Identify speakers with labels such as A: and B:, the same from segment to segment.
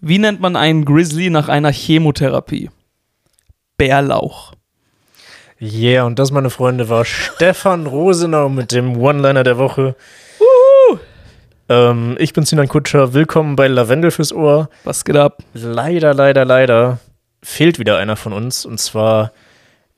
A: Wie nennt man einen Grizzly nach einer Chemotherapie? Bärlauch.
B: Yeah, und das, meine Freunde, war Stefan Rosenau mit dem One-Liner der Woche. Ähm, ich bin Sinan Kutscher, willkommen bei Lavendel fürs Ohr.
A: Was geht ab?
B: Leider, leider, leider fehlt wieder einer von uns, und zwar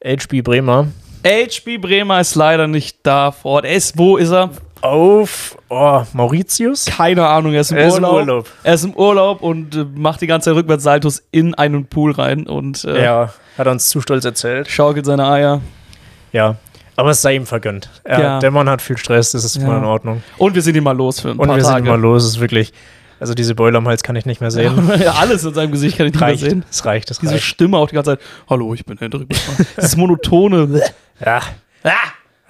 B: HB Bremer.
A: HB Bremer ist leider nicht da vor Ort. Er ist, wo ist er?
B: Auf oh, Mauritius?
A: Keine Ahnung, er ist im,
B: Er ist im
A: Urlaub.
B: Urlaub.
A: Er ist im Urlaub und äh, macht die ganze Zeit Rückwärtssaltos in einen Pool rein und äh,
B: Ja, hat er uns zu stolz erzählt.
A: schaukelt seine Eier.
B: Ja, aber es sei ihm vergönnt. Er,
A: Ja.
B: Der Mann hat viel Stress, das ist
A: Ja.
B: mal in Ordnung.
A: Und wir sind ihn mal los für ein
B: Und
A: paar
B: wir
A: Tage.
B: sind mal los, es ist wirklich. Also diese Beule am Hals kann ich nicht mehr sehen.
A: Ja, Alles in seinem Gesicht kann ich nicht mehr
B: Reicht,
A: sehen.
B: es reicht, es
A: Diese
B: reicht.
A: Stimme auch die ganze Zeit. Hallo, ich bin Hendrik. Beckmann." Dieses monotone.
B: Ja,
A: ah,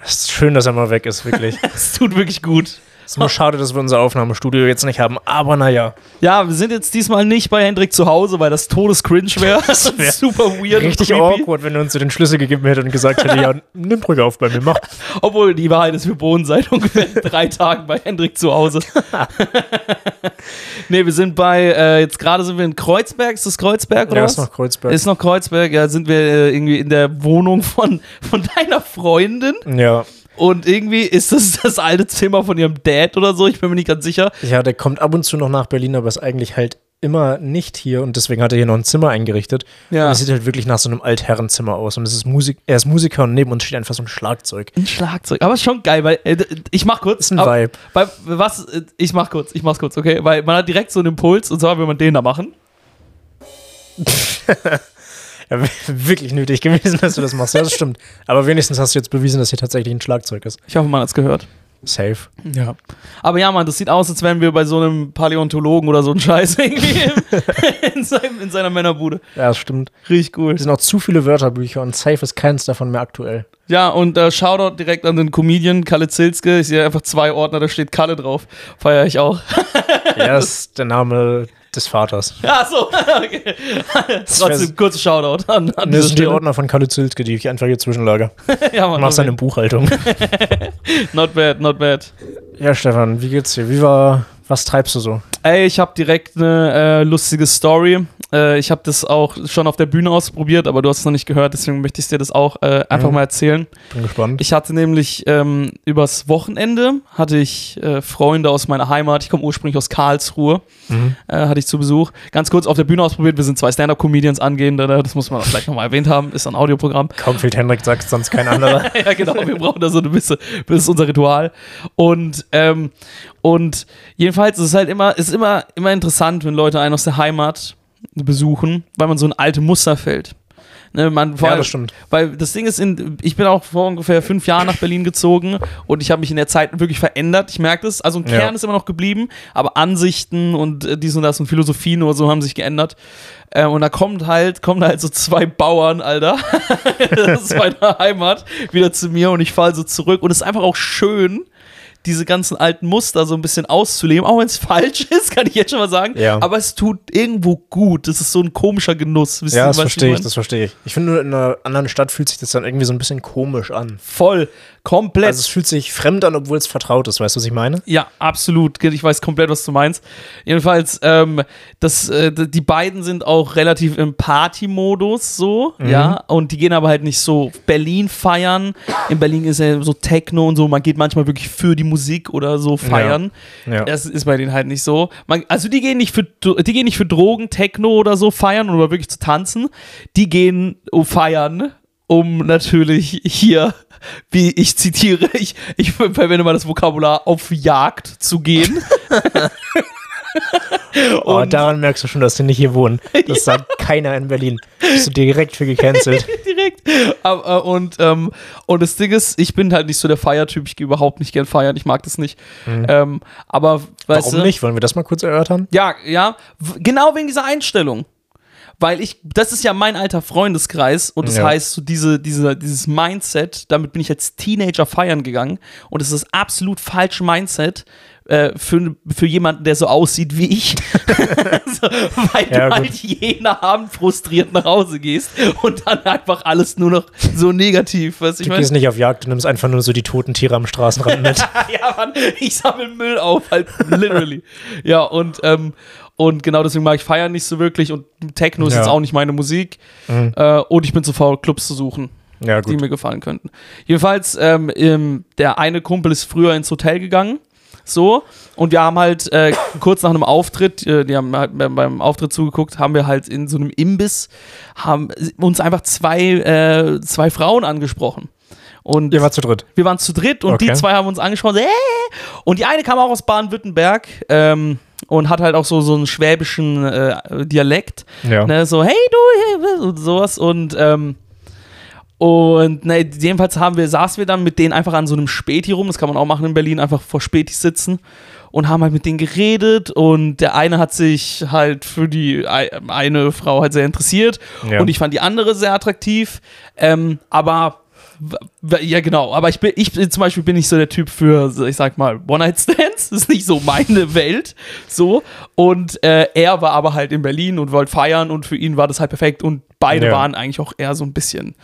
B: es ist schön, dass er mal weg ist, wirklich.
A: es tut wirklich gut.
B: es ist nur schade, dass wir unser Aufnahmestudio jetzt nicht haben, aber naja.
A: Ja, wir sind jetzt diesmal nicht bei Hendrik zu Hause, weil das Todescringe wäre. Das
B: wär
A: super weird.
B: Richtig
A: und creepy.
B: awkward, wenn er uns so den Schlüssel gegeben hätte und gesagt hätte, ja, nimm ruhig auf bei mir, mach.
A: Obwohl, die Wahrheit ist, wir wohnen seit ungefähr drei Tagen bei Hendrik zu Hause. nee, wir sind bei, äh, jetzt gerade sind wir in Kreuzberg. Ist das Kreuzberg oder
B: Ja,
A: was?
B: ist noch Kreuzberg.
A: Ist noch Kreuzberg. Ja, sind wir äh, irgendwie in der Wohnung von, von deiner Freundin.
B: ja.
A: Und irgendwie ist das das alte Zimmer von ihrem Dad oder so. Ich bin mir nicht ganz sicher.
B: ja, der kommt ab und zu noch nach Berlin, aber ist eigentlich halt immer nicht hier und deswegen hat er hier noch ein Zimmer eingerichtet.
A: Ja.
B: Und es sieht halt wirklich nach so einem Altherrenzimmer aus und es ist Musik, er ist Musiker und neben uns steht einfach so ein Schlagzeug.
A: Ein Schlagzeug. Aber ist schon geil, weil äh, ich mach kurz.
B: Ist ein
A: ab-
B: Vibe.
A: Weil, was, äh, ich mach kurz, ich mach's kurz, okay? Weil man hat direkt so einen Impuls und zwar will man den da machen.
B: Ja, w- wirklich nötig gewesen, dass du das machst. Ja, das stimmt. Aber wenigstens hast du jetzt bewiesen, dass hier tatsächlich ein Schlagzeug ist.
A: Ich hoffe, man hat's gehört.
B: Safe.
A: Ja. Aber ja, Mann, das sieht aus, als wären wir bei so einem Paläontologen oder so ein Scheiß irgendwie im- in, seinem, in seiner Männerbude.
B: Ja, das stimmt.
A: Richtig cool.
B: Es sind auch zu viele Wörterbücher und safe ist keins davon mehr aktuell.
A: Ja, und äh, Shoutout direkt an den Comedian Kalle Zilske. Ich sehe einfach zwei Ordner, da steht Kalle drauf. Feier ich auch.
B: Ja, das ist der Name des Vaters.
A: Ja, so. Okay. Trotzdem, kurze Shoutout an, an
B: Das
A: diese
B: sind die
A: Stelle.
B: Ordner von Kalle Zülke, die ich einfach hier zwischenlager.
A: Ja, Mann,
B: Mach
A: not,
B: seine
A: bad.
B: Buchhaltung.
A: not bad, not bad.
B: Ja, Stefan, wie geht's dir? Wie war, was treibst du so?
A: Ey, ich habe direkt eine äh, lustige Story. Äh, ich habe das auch schon auf der Bühne ausprobiert, aber du hast es noch nicht gehört, deswegen möchte ich dir das auch äh, einfach
B: Mhm.
A: mal erzählen.
B: Bin gespannt.
A: Ich hatte nämlich ähm, übers Wochenende hatte ich äh, Freunde aus meiner Heimat. Ich komme ursprünglich aus Karlsruhe.
B: Mhm.
A: Äh, hatte ich zu Besuch. Ganz kurz auf der Bühne ausprobiert. Wir sind zwei Stand-up-Comedians angehend. äh, Das muss man auch gleich nochmal erwähnt haben. Ist ein Audioprogramm.
B: Kaum fehlt Henrik, sagt sonst kein anderer.
A: ja, genau, wir brauchen da so eine Wisse. Das ist unser Ritual. Und, ähm, und jedenfalls ist es halt immer, ist immer, immer interessant, wenn Leute einen aus der Heimat besuchen, weil man so ein alte Muster fällt. Ne, man, vor
B: ja,
A: allem-
B: das stimmt.
A: weil das Ding ist, in, ich bin auch vor ungefähr fünf Jahren nach Berlin gezogen und ich habe mich in der Zeit wirklich verändert. Ich merke das. Also ein
B: Ja.
A: Kern ist immer noch geblieben, aber Ansichten und äh, dies und das und Philosophien oder so haben sich geändert. Äh, und da kommt halt, kommen halt so zwei Bauern, Alter, das ist meine Heimat, wieder zu mir und ich falle so zurück. Und es ist einfach auch schön, diese ganzen alten Muster so ein bisschen auszuleben, auch wenn es falsch ist, kann ich jetzt schon mal sagen.
B: Ja.
A: Aber es tut irgendwo gut. Das ist so ein komischer Genuss. Wisst ihr,
B: Ja, das
A: was
B: verstehe ich,
A: meine?
B: das verstehe ich. Ich finde, nur in einer anderen Stadt fühlt sich das dann irgendwie so ein bisschen komisch an.
A: Voll, komplett.
B: Also es fühlt sich fremd an, obwohl es vertraut ist, weißt du, was ich meine?
A: Ja, absolut. Ich weiß komplett, was du meinst. Jedenfalls, ähm, das, äh, d- die beiden sind auch relativ im Party-Modus so, ja. Und die gehen aber halt nicht so Berlin feiern. In Berlin ist ja so Techno und so. Man geht manchmal wirklich für die Musik oder so feiern.
B: Ja.
A: Das ist bei denen halt nicht so. Man, also die gehen nicht für Dro- die gehen nicht für Drogen, Techno oder so feiern oder wirklich zu tanzen. Die gehen um feiern, um natürlich hier, wie ich zitiere, ich, ich verwende mal das Vokabular, auf Jagd zu gehen.
B: Oh,
A: und-
B: daran merkst du schon, dass die nicht hier wohnen. Das sagt keiner in Berlin. Bist du direkt für gecancelt.
A: direkt. Aber, äh, und, ähm, und das Ding ist, ich bin halt nicht so der Feiertyp. Ich gehe überhaupt nicht gern feiern. Ich mag das nicht. Ähm, aber weißt
B: Mhm. Warum
A: du,
B: nicht? Wollen wir das mal kurz erörtern?
A: Ja, ja, w- genau wegen dieser Einstellung. Weil ich, das ist ja mein alter Freundeskreis und das
B: Ja.
A: heißt, so diese, diese, dieses Mindset, damit bin ich als Teenager feiern gegangen und es ist das absolut falsche Mindset äh, für, für jemanden, der so aussieht wie ich. so, weil
B: Ja,
A: du
B: gut.
A: halt jeden Abend frustriert nach Hause gehst und dann einfach alles nur noch so negativ. Was ich
B: Du
A: meine,
B: gehst nicht auf Jagd, du nimmst einfach nur so die toten Tiere am Straßenrand mit.
A: ja, Mann, ich sammle Müll auf, halt literally. ja, und, ähm, Und genau deswegen mag ich Feiern nicht so wirklich und Techno ist
B: Ja.
A: jetzt auch nicht meine Musik.
B: Mhm.
A: Äh, und ich bin zu faul, Clubs zu suchen,
B: Ja,
A: die
B: gut.
A: mir gefallen könnten. Jedenfalls, ähm, ähm, der eine Kumpel ist früher ins Hotel gegangen. So, und wir haben halt äh, kurz nach einem Auftritt, äh, die haben halt beim, beim Auftritt zugeguckt, haben wir halt in so einem Imbiss, haben uns einfach zwei, äh, zwei Frauen angesprochen. Und
B: Ihr wart zu dritt.
A: wir waren zu dritt und die
B: Okay.
A: zwei haben uns angeschaut. so, Äh! Und die eine kam auch aus Baden-Württemberg ähm, und hat halt auch so, so einen schwäbischen äh, Dialekt.
B: Ja.
A: Ne? So, hey du, hey, und sowas. Und, ähm, und ne, jedenfalls haben wir, saßen wir dann mit denen einfach an so einem Späti rum. Das kann man auch machen in Berlin, einfach vor Spätis sitzen. Und haben halt mit denen geredet und der eine hat sich halt für die ei- eine Frau halt sehr interessiert
B: Ja.
A: und ich fand die andere sehr attraktiv. Ähm, aber w- w- ja, genau. Aber ich bin, ich bin zum Beispiel bin ich so der Typ für, so, ich sag mal, One-Night-Stands. Das ist nicht so meine Welt. So. Und äh, er war aber halt in Berlin und wollte feiern und für ihn war das halt perfekt. Und beide
B: Ja.
A: waren eigentlich auch eher so ein bisschen.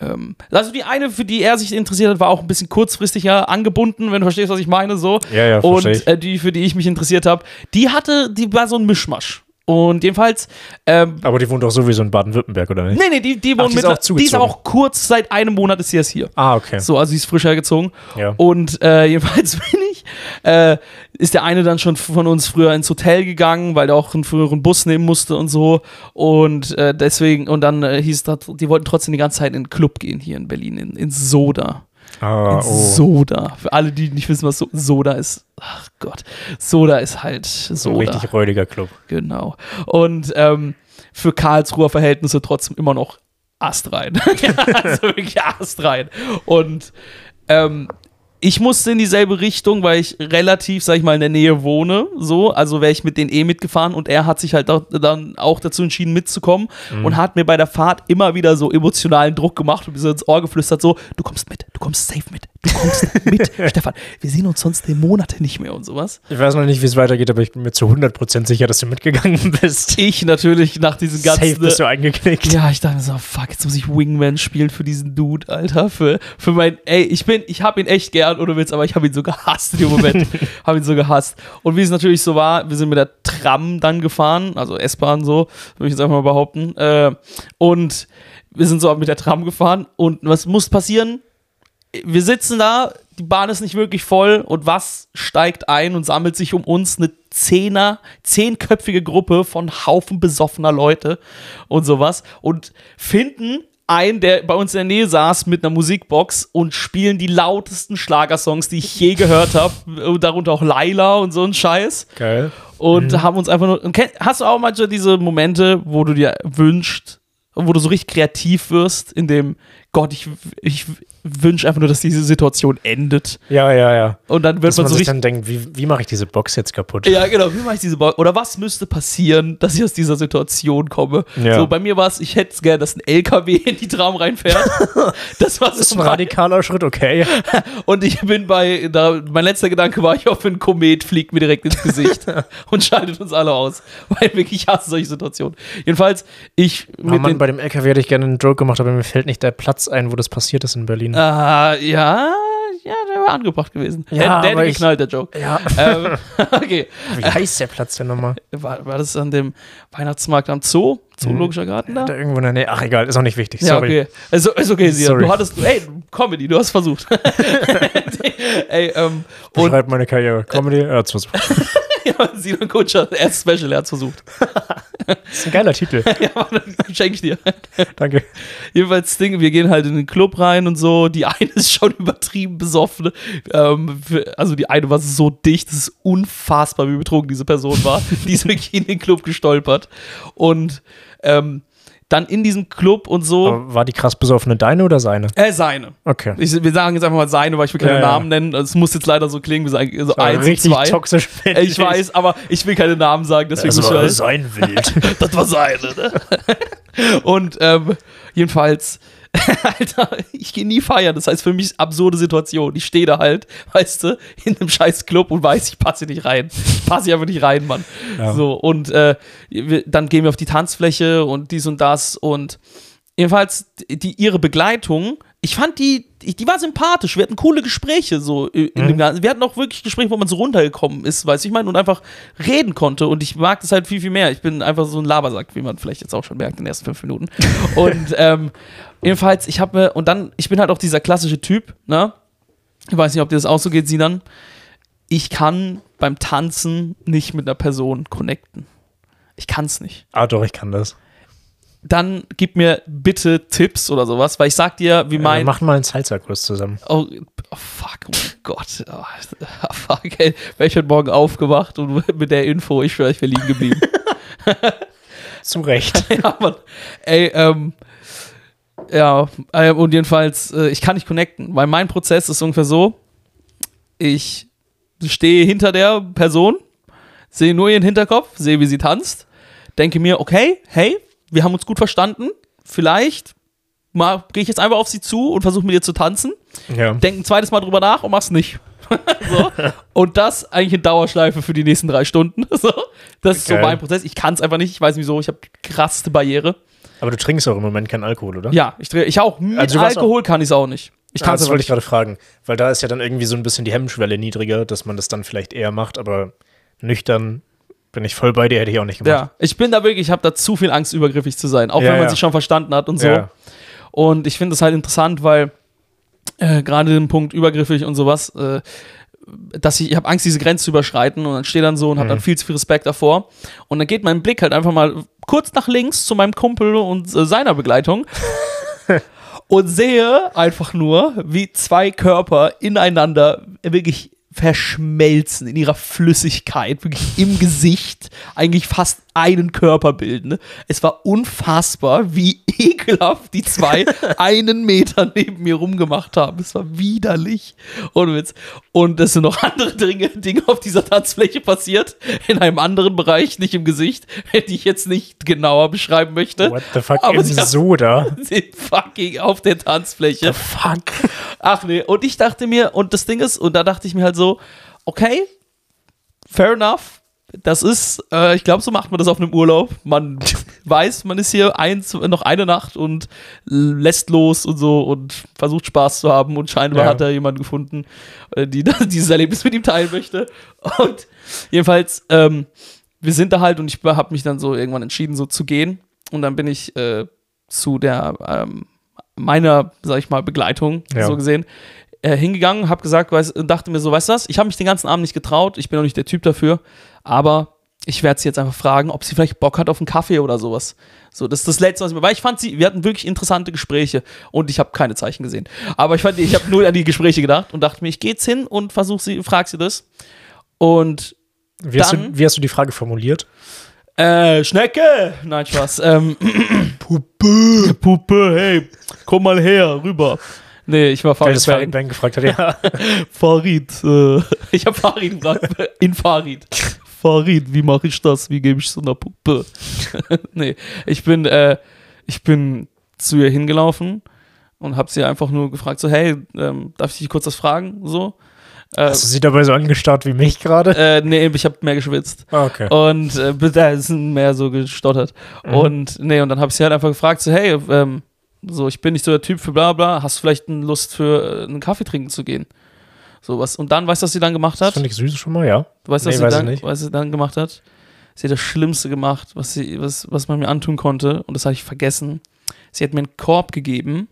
A: Ähm, also die eine, für die er sich interessiert hat, war auch ein bisschen kurzfristiger angebunden, wenn du verstehst, was ich meine. So.
B: Ja, ja, versteh
A: Und
B: ich.
A: äh, die, für die ich mich interessiert habe, die hatte, die war so ein Mischmasch. Und jedenfalls ähm,
B: Aber die wohnt auch sowieso in Baden-Württemberg, oder nicht?
A: Nee, nee, die, die wohnt
B: die ist
A: mittler-
B: auch zugezogen.
A: Die ist auch kurz, seit einem Monat ist sie erst hier.
B: Ah, okay.
A: So, also sie ist frisch hergezogen.
B: Ja.
A: Und äh, jedenfalls bin ich, äh, ist der eine dann schon von uns früher ins Hotel gegangen, weil er auch einen früheren Bus nehmen musste und so. Und äh, deswegen, und dann äh, hieß das, die wollten trotzdem die ganze Zeit in den Club gehen hier in Berlin, in, in Soda.
B: Ah,
A: Soda. Für alle, die nicht wissen, was so Soda ist. Ach Gott. Soda ist halt
B: So ein
A: Soda.
B: richtig räudiger Club.
A: Genau. Und ähm, für Karlsruher Verhältnisse trotzdem immer noch astrein. also wirklich astrein. Und ähm, ich musste in dieselbe Richtung, weil ich relativ, sag ich mal, in der Nähe wohne. So, also wäre ich mit denen eh mitgefahren und er hat sich halt auch, dann auch dazu entschieden, mitzukommen und hat mir bei der Fahrt immer wieder so emotionalen Druck gemacht und mir so ins Ohr geflüstert: so, du kommst mit, du kommst safe mit, du kommst mit, Stefan. Wir sehen uns sonst Monate nicht mehr und sowas.
B: Ich weiß noch nicht, wie es weitergeht, aber ich bin mir zu 100% sicher, dass du mitgegangen bist.
A: Ich natürlich nach diesen ganzen.
B: Safe bist du eingeknickt.
A: Ja, ich dachte mir so, fuck, jetzt muss ich Wingman spielen für diesen Dude, Alter. Für, für mein, ey, ich bin, ich hab ihn echt gern, ohne Witz, aber ich hab ihn so gehasst in dem Moment. hab ihn so gehasst. Und wie es natürlich so war, wir sind mit der Tram dann gefahren, also S-Bahn so, würde ich jetzt einfach mal behaupten. Äh, und wir sind so mit der Tram gefahren und was muss passieren? Wir sitzen da, die Bahn ist nicht wirklich voll und was steigt ein und sammelt sich um uns eine Zehner, zehnköpfige Gruppe von Haufen besoffener Leute und sowas und finden einen, der bei uns in der Nähe saß mit einer Musikbox und spielen die lautesten Schlagersongs, die ich je gehört habe, darunter auch Laila und so ein Scheiß
B: Geil.
A: und
B: Mhm.
A: haben uns einfach nur. Und kenn, hast du auch manchmal diese Momente, wo du dir wünschst, wo du so richtig kreativ wirst, in dem Gott, ich, ich wünsche einfach nur, dass diese Situation endet.
B: Ja, ja, ja.
A: Und dann wird
B: Dass
A: man,
B: man
A: so
B: sich
A: richtig.
B: dann denkt, wie, wie mache ich diese Box jetzt kaputt?
A: Ja, genau, wie mache ich diese Bo Oder was müsste passieren, dass ich aus dieser Situation komme?
B: Ja.
A: So, bei mir war es, ich hätte es gern, dass ein LKW in die Tram reinfährt. das war so
B: Das ist ein
A: mein-
B: radikaler Schritt, okay.
A: Und ich bin bei, da, mein letzter Gedanke war, ich hoffe, ein Komet fliegt mir direkt ins Gesicht und schaltet uns alle aus. Weil wirklich ich hasse solche Situationen. Jedenfalls, ich
B: Oh
A: mit
B: Mann,
A: den.
B: bei dem LKW hätte ich gerne einen Joke gemacht, aber mir fällt nicht der Platz ein, wo das passiert ist in Berlin.
A: Ah, ja, ja, der war angebracht gewesen.
B: Ja,
A: der der
B: aber
A: hätte
B: ich-
A: geknallt, der Joke.
B: Ja.
A: ähm, okay.
B: Wie heißt der Platz denn nochmal?
A: War, war das an dem Weihnachtsmarkt am Zoo? Zoologischer Garten da?
B: Da irgendwo in der Nähe. Ach, egal, ist auch nicht wichtig.
A: Ja,
B: Mhm. Äh, Sorry.
A: okay. Also, ist okay, Sia.
B: Sorry.
A: Du hattest, ey, Comedy, du hast versucht. ey, ähm, und
B: Beschreibt meine Karriere. Comedy, äh, das ist
A: ja, Sinan Kutscher, erst Special, er hat's versucht.
B: ein geiler Titel.
A: ja, Mann, schenke ich dir.
B: Danke.
A: Jedenfalls Ding, wir gehen halt in den Club rein und so. Die eine ist schon übertrieben besoffen. Ähm, für- also die eine war so dicht, es ist unfassbar, wie betrunken diese Person war. die ist wirklich in den Club gestolpert. Und ähm, dann in diesem Club und so.
B: Aber war die krass besoffene deine oder seine?
A: Äh, seine.
B: Okay.
A: Ich, wir sagen jetzt einfach mal seine, weil ich will keine
B: Ja, ja.
A: Namen nennen. Es muss jetzt leider so klingen, wie sagen, so eins, und
B: Äh, richtig
A: zwei.
B: toxisch. Also
A: Äh, Ich weiß, aber ich will keine Namen sagen, deswegen
B: Das
A: muss ich
B: war
A: halt-
B: sein Wild.
A: das war seine. Ne? Und ähm, jedenfalls, Alter, ich gehe nie feiern. Das heißt für mich absurde Situation. Ich stehe da halt, weißt du, in einem scheiß Club und weiß, ich passe hier nicht rein. Passe ich einfach nicht rein, Mann.
B: Ja.
A: So, und äh, wir, dann gehen wir auf die Tanzfläche und dies und das und jedenfalls die, ihre Begleitung. ich fand die, ich- die war sympathisch. Wir hatten coole Gespräche so äh, in dem Ganzen. Wir hatten auch wirklich Gespräche, wo man so runtergekommen ist, weiß ich meine, und einfach reden konnte. Und ich mag das halt viel, viel mehr. Ich bin einfach so ein Labersack, wie man vielleicht jetzt auch schon merkt in den ersten fünf Minuten. und ähm, jedenfalls, ich habe mir, und dann, ich bin halt auch dieser klassische Typ, ne? Ich weiß nicht, ob dir das auch so geht, Sinan. Ich kann beim Tanzen nicht mit einer Person connecten. Ich kann es nicht
B: Ah, doch, ich kann das.
A: dann gib mir bitte Tipps oder sowas, weil ich sag dir, wie
B: Wir
A: mein.
B: machen mal einen Salsa-Kurs zusammen.
A: Oh, oh fuck, oh mein Gott. Oh, fuck, ey. Wär ich heute Morgen aufgewacht und mit der Info, ich schwör, ich wäre liegen geblieben.
B: Zu Recht.
A: ja, Mann. Ey, ähm. Ja, äh, und jedenfalls, äh, ich kann nicht connecten, weil mein Prozess ist ungefähr so: Ich stehe hinter der Person, sehe nur ihren Hinterkopf, sehe, wie sie tanzt, denke mir, okay, hey, wir haben uns gut verstanden, vielleicht mal gehe ich jetzt einfach auf sie zu und versuche mit ihr zu tanzen
B: ja.
A: denk ein zweites Mal drüber nach und mach's nicht. so. Und das eigentlich in Dauerschleife für die nächsten drei Stunden. So. Das ist so
B: Geil.
A: mein Prozess. Ich kann's einfach nicht. Ich weiß nicht wieso. Ich habe krasseste Barriere.
B: Aber du trinkst auch im Moment keinen Alkohol, oder?
A: Ja, ich, dreh- ich auch. Mit
B: Also du warst
A: Alkohol kann ich's auch nicht. Ich
B: Ah,
A: kann's
B: das
A: einfach
B: wollte
A: nicht.
B: ich gerade fragen, weil da ist ja dann irgendwie so ein bisschen die Hemmschwelle niedriger, dass man das dann vielleicht eher macht, aber nüchtern bin ich voll bei dir, hätte ich auch nicht gemacht.
A: Ja, ich bin da wirklich, ich habe da zu viel Angst, übergriffig zu sein, auch
B: Ja,
A: wenn man
B: ja.
A: sich schon verstanden hat und so. Und ich finde das halt interessant, weil äh, gerade den Punkt übergriffig und sowas, äh, dass ich, ich habe Angst, diese Grenze zu überschreiten und dann stehe dann so und habe dann viel zu viel Respekt davor. Und dann geht mein Blick halt einfach mal kurz nach links zu meinem Kumpel und äh, seiner Begleitung. und sehe einfach nur, wie zwei Körper ineinander wirklich verschmelzen in ihrer Flüssigkeit, wirklich im Gesicht, eigentlich fast einen Körper bilden. Es war unfassbar, wie ekelhaft die zwei einen Meter neben mir rumgemacht haben. Es war widerlich. Ohne Witz. Und es sind noch andere Dinge, Dinge auf dieser Tanzfläche passiert, in einem anderen Bereich, nicht im Gesicht, die ich jetzt nicht genauer beschreiben möchte.
B: What the fuck,
A: Aber
B: in
A: sie haben-
B: Soda?
A: sind fucking auf der Tanzfläche.
B: fuck?
A: Ach nee, und ich dachte mir, und das Ding ist, und da dachte ich mir halt so, okay, fair enough. Das ist, äh, ich glaube, so macht man das auf einem Urlaub. Man weiß, man ist hier eins, noch eine Nacht und lässt los und so und versucht Spaß zu haben. Und scheinbar
B: Ja.
A: hat er jemanden gefunden, äh, die das- dieses Erlebnis mit ihm teilen möchte. Und jedenfalls, ähm, wir sind da halt und ich habe mich dann so irgendwann entschieden, so zu gehen. Und dann bin ich äh, zu der, ähm, meiner, sag ich mal, Begleitung,
B: Ja.
A: so gesehen, äh, hingegangen, habe gesagt, weiß, dachte mir so, weißt du was, ich habe mich den ganzen Abend nicht getraut, ich bin auch nicht der Typ dafür, aber ich werde sie jetzt einfach fragen, ob sie vielleicht Bock hat auf einen Kaffee oder sowas. So, das ist das Letzte, was ich mir, weil ich fand sie, wir hatten wirklich interessante Gespräche und ich habe keine Zeichen gesehen. Aber ich fand, ich habe nur an die Gespräche gedacht und dachte mir, ich gehe jetzt hin und versuche sie, frag sie das. Und
B: Wie hast,
A: Dann-
B: du, wie hast du die Frage formuliert?
A: äh, Schnecke! Nein, Spaß. Ähm, Puppe! Puppe, hey, komm mal her, rüber. Nee, ich war
B: Weil
A: Farid.
B: das Farid Bang gefragt hat, ja.
A: Farid. Äh, ich habe Farid gesagt. In Farid. Farid, wie mache ich das? Wie gebe ich so einer Puppe? nee, ich bin, äh, ich bin zu ihr hingelaufen und habe sie einfach nur gefragt, so, hey, ähm, darf ich dich kurz was fragen? So. Äh,
B: Hast du sie dabei so angestarrt wie mich gerade?
A: äh, nee, ich habe mehr geschwitzt.
B: Ah, okay.
A: Und äh, da ist mehr so gestottert.
B: Mhm.
A: Und nee, und dann habe ich sie halt einfach gefragt, so, hey, ähm, so, ich bin nicht so der Typ für bla bla, hast du vielleicht n- Lust für äh, einen Kaffee trinken zu gehen? Sowas. Und dann, weißt du, was sie dann gemacht
B: Das
A: hat?
B: finde ich süß schon mal, ja.
A: Du weißt, was
B: Nee,
A: sie
B: weiß ich
A: dann,
B: nicht.
A: was sie dann gemacht hat? Sie hat das Schlimmste gemacht, was, sie, was, was man mir antun konnte. Und das habe ich vergessen. Sie hat mir einen Korb gegeben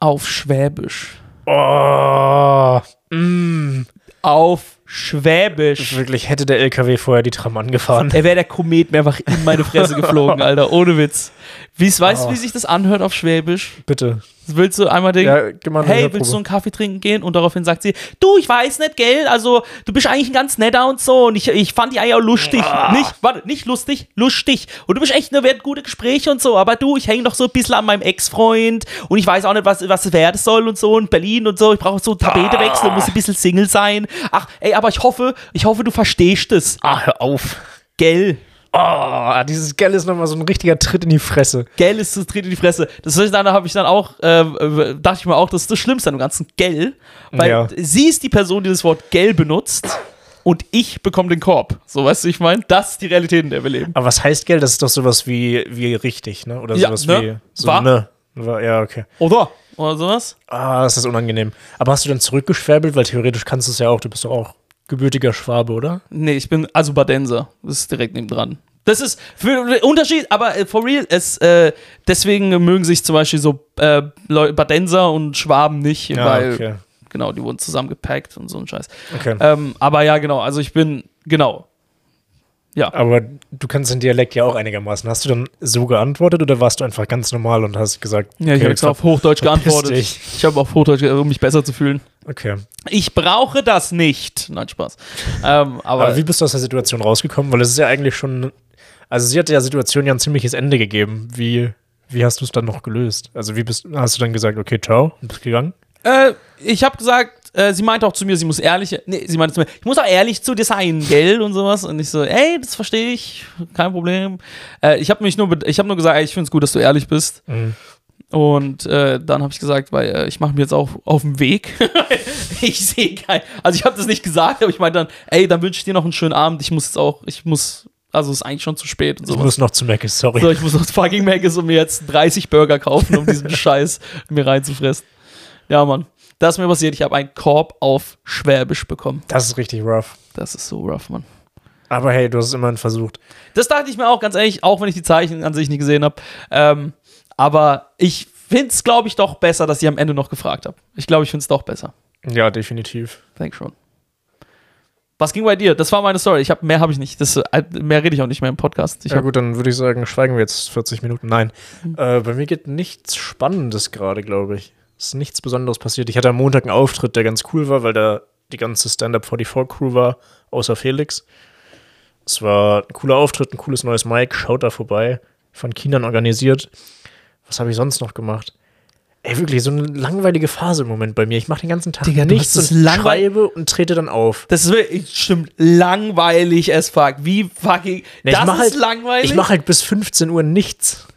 A: auf Schwäbisch.
B: Oh, mm.
A: Auf Schwäbisch.
B: Wirklich, hätte der LKW vorher die Tram angefahren.
A: Er wäre der Komet mir einfach in meine Fresse geflogen, Alter. Ohne Witz. Wie's, weißt du,
B: Oh.
A: wie sich das anhört auf Schwäbisch?
B: Bitte.
A: Willst du einmal den.
B: Ja, gib mal eine
A: Hey,
B: Hörprobe.
A: willst du einen Kaffee trinken gehen? Und daraufhin sagt sie, du, ich weiß nicht, gell? Also, du bist eigentlich ein ganz netter und so. Und ich, ich fand die Eier lustig.
B: Ah.
A: Nicht, warte, nicht lustig, lustig. Und du bist echt, ne, wert gute Gespräche und so. Aber du, ich hänge doch so ein bisschen an meinem Ex-Freund. Und ich weiß auch nicht, was, was es werden soll und so. Und Berlin und so. Ich brauche so einen Tapetewechsel und muss ein bisschen Single sein. Ach, ey, aber ich hoffe, ich hoffe, du verstehst es.
B: Ah, hör auf.
A: Gell?
B: Oh, dieses Gell ist nochmal so ein richtiger Tritt in die Fresse.
A: Gell ist das Tritt in die Fresse. Das heißt, dann habe ich dann auch, äh, äh, dachte ich mir auch, das ist das Schlimmste an dem ganzen Gell. Weil
B: Ja.
A: sie ist die Person, die das Wort Gell benutzt und ich bekomme den Korb. So, weißt du, ich meine, das ist die Realität, in der wir leben.
B: Aber was heißt Geld? Das ist doch sowas wie, wie richtig, ne? Oder
A: Ja,
B: sowas
A: ne?
B: wie. So,
A: War.
B: ne? War, ja, okay.
A: Oder? oder sowas?
B: Ah, ist das unangenehm. Aber hast du dann zurückgeschwäbelt? Weil theoretisch kannst du es ja auch. Du bist doch auch gebürtiger Schwabe, oder?
A: Nee, ich bin also Badenser. Das ist direkt neben dran. Das ist für Unterschied, aber äh, for real, es, äh, deswegen mögen sich zum Beispiel so äh, Leu- Badenser und Schwaben nicht, weil genau, die wurden zusammengepackt und so ein Scheiß.
B: okay.
A: Ähm, aber ja, genau, also ich bin, genau,
B: Aber du kannst den Dialekt ja auch einigermaßen. Hast du dann so geantwortet oder warst du einfach ganz normal und hast gesagt,
A: Ja, ich
B: okay,
A: habe extra auf Hochdeutsch
B: verpiss
A: geantwortet.
B: dich.
A: Ich habe auf Hochdeutsch, ge- um mich besser zu fühlen.
B: okay.
A: Ich brauche das nicht. Nein, Spaß. Ähm, aber
B: Aber, wie bist du aus der Situation rausgekommen? Weil es ist ja eigentlich schon, also sie hat der Situation ja ein ziemliches Ende gegeben. Wie, wie hast du es dann noch gelöst? Also wie bist, hast du dann gesagt, okay, ciao und bist gegangen?
A: äh, ich habe gesagt, äh, sie meinte auch zu mir, sie muss ehrlich, nee, sie meinte zu mir, ich muss auch ehrlich zu dir sein, gell und sowas. Und ich so, ey, das verstehe ich, kein Problem. Äh, ich habe mich nur, be- ich habe nur gesagt, ey, ich finde es gut, dass du ehrlich bist. Und äh, dann habe ich gesagt, weil äh, ich mache mich jetzt auch auf den Weg. ich sehe kein. Also ich habe das nicht gesagt, aber ich meinte dann, ey, dann wünsche ich dir noch einen schönen Abend. Ich muss jetzt auch, ich muss, also es ist eigentlich schon zu spät und
B: Ich
A: sowas.
B: muss noch zu merken, sorry.
A: So, ich muss aus fucking Maggis und mir jetzt 30 Burger kaufen, um diesen Scheiß mir reinzufressen. Ja, Mann. Das ist mir passiert. Ich habe einen Korb auf Schwäbisch bekommen.
B: Das ist richtig rough.
A: Das ist so rough, Mann.
B: Aber hey, du hast es immerhin versucht.
A: Das dachte ich mir auch, ganz ehrlich, auch wenn ich die Zeichen an sich nicht gesehen habe. Ähm, aber ich finde es, glaube ich, doch besser, dass ich am Ende noch gefragt habe. Ich glaube, ich finde es doch besser.
B: Ja, definitiv.
A: Denk schon. Was ging bei dir? Das war meine Story. Ich hab, mehr habe ich nicht. Das, äh, mehr rede ich auch nicht mehr im Podcast. Ich
B: ja
A: hab,
B: gut, dann würde ich sagen, schweigen wir jetzt 40 Minuten. Nein,
A: Mhm.
B: äh, bei mir geht nichts Spannendes gerade, glaube ich. Es ist nichts Besonderes passiert. Ich hatte am Montag einen Auftritt, der ganz cool war, weil da die ganze Stand-Up 44 Crew war, außer Felix. Es war ein cooler Auftritt, ein cooles neues Mic. Schaut da vorbei. Von Kindern organisiert. Was habe ich sonst noch gemacht? Ey, wirklich, so eine langweilige Phase im Moment bei mir. Ich mache den ganzen Tag
A: Digga, du
B: nichts
A: hast das
B: und
A: langweil-
B: schreibe und trete dann auf.
A: das ist wirklich, stimmt, langweilig as fuck. Wie fucking.
B: Nee,
A: das
B: ich mach
A: ist
B: halt,
A: langweilig.
B: Ich mache halt bis 15 Uhr nichts.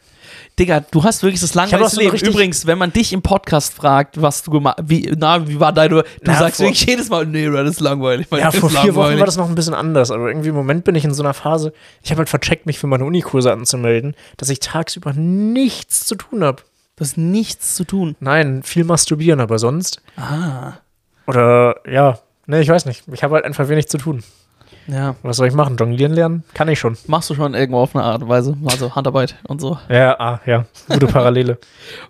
A: Digga, du hast wirklich das
B: hab auch
A: langweiligste
B: so eine
A: Leben.
B: richtig-
A: Übrigens, wenn man dich im Podcast fragt, was du gemacht wie, na, wie war deine. Du
B: Na,
A: sagst
B: vor-
A: wirklich jedes Mal, nee, Bro, das ist langweilig. Mein
B: Ja,
A: Leben
B: vor
A: ist
B: vier Wochen
A: langweilig.
B: war das noch ein bisschen anders, aber irgendwie im Moment bin ich in so einer Phase, ich habe halt vercheckt, mich für meine Unikurse anzumelden, dass ich tagsüber nichts zu tun habe.
A: Das hat nichts zu tun.
B: Nein, viel masturbieren, aber sonst.
A: Ah.
B: Oder ja, ne, ich weiß nicht. Ich habe halt einfach wenig zu tun.
A: Ja.
B: Was soll ich machen? Jonglieren lernen? Kann ich schon.
A: Machst du schon irgendwo auf eine Art und Weise. Also Handarbeit und so.
B: Ja, ah, ja. Gute Parallele.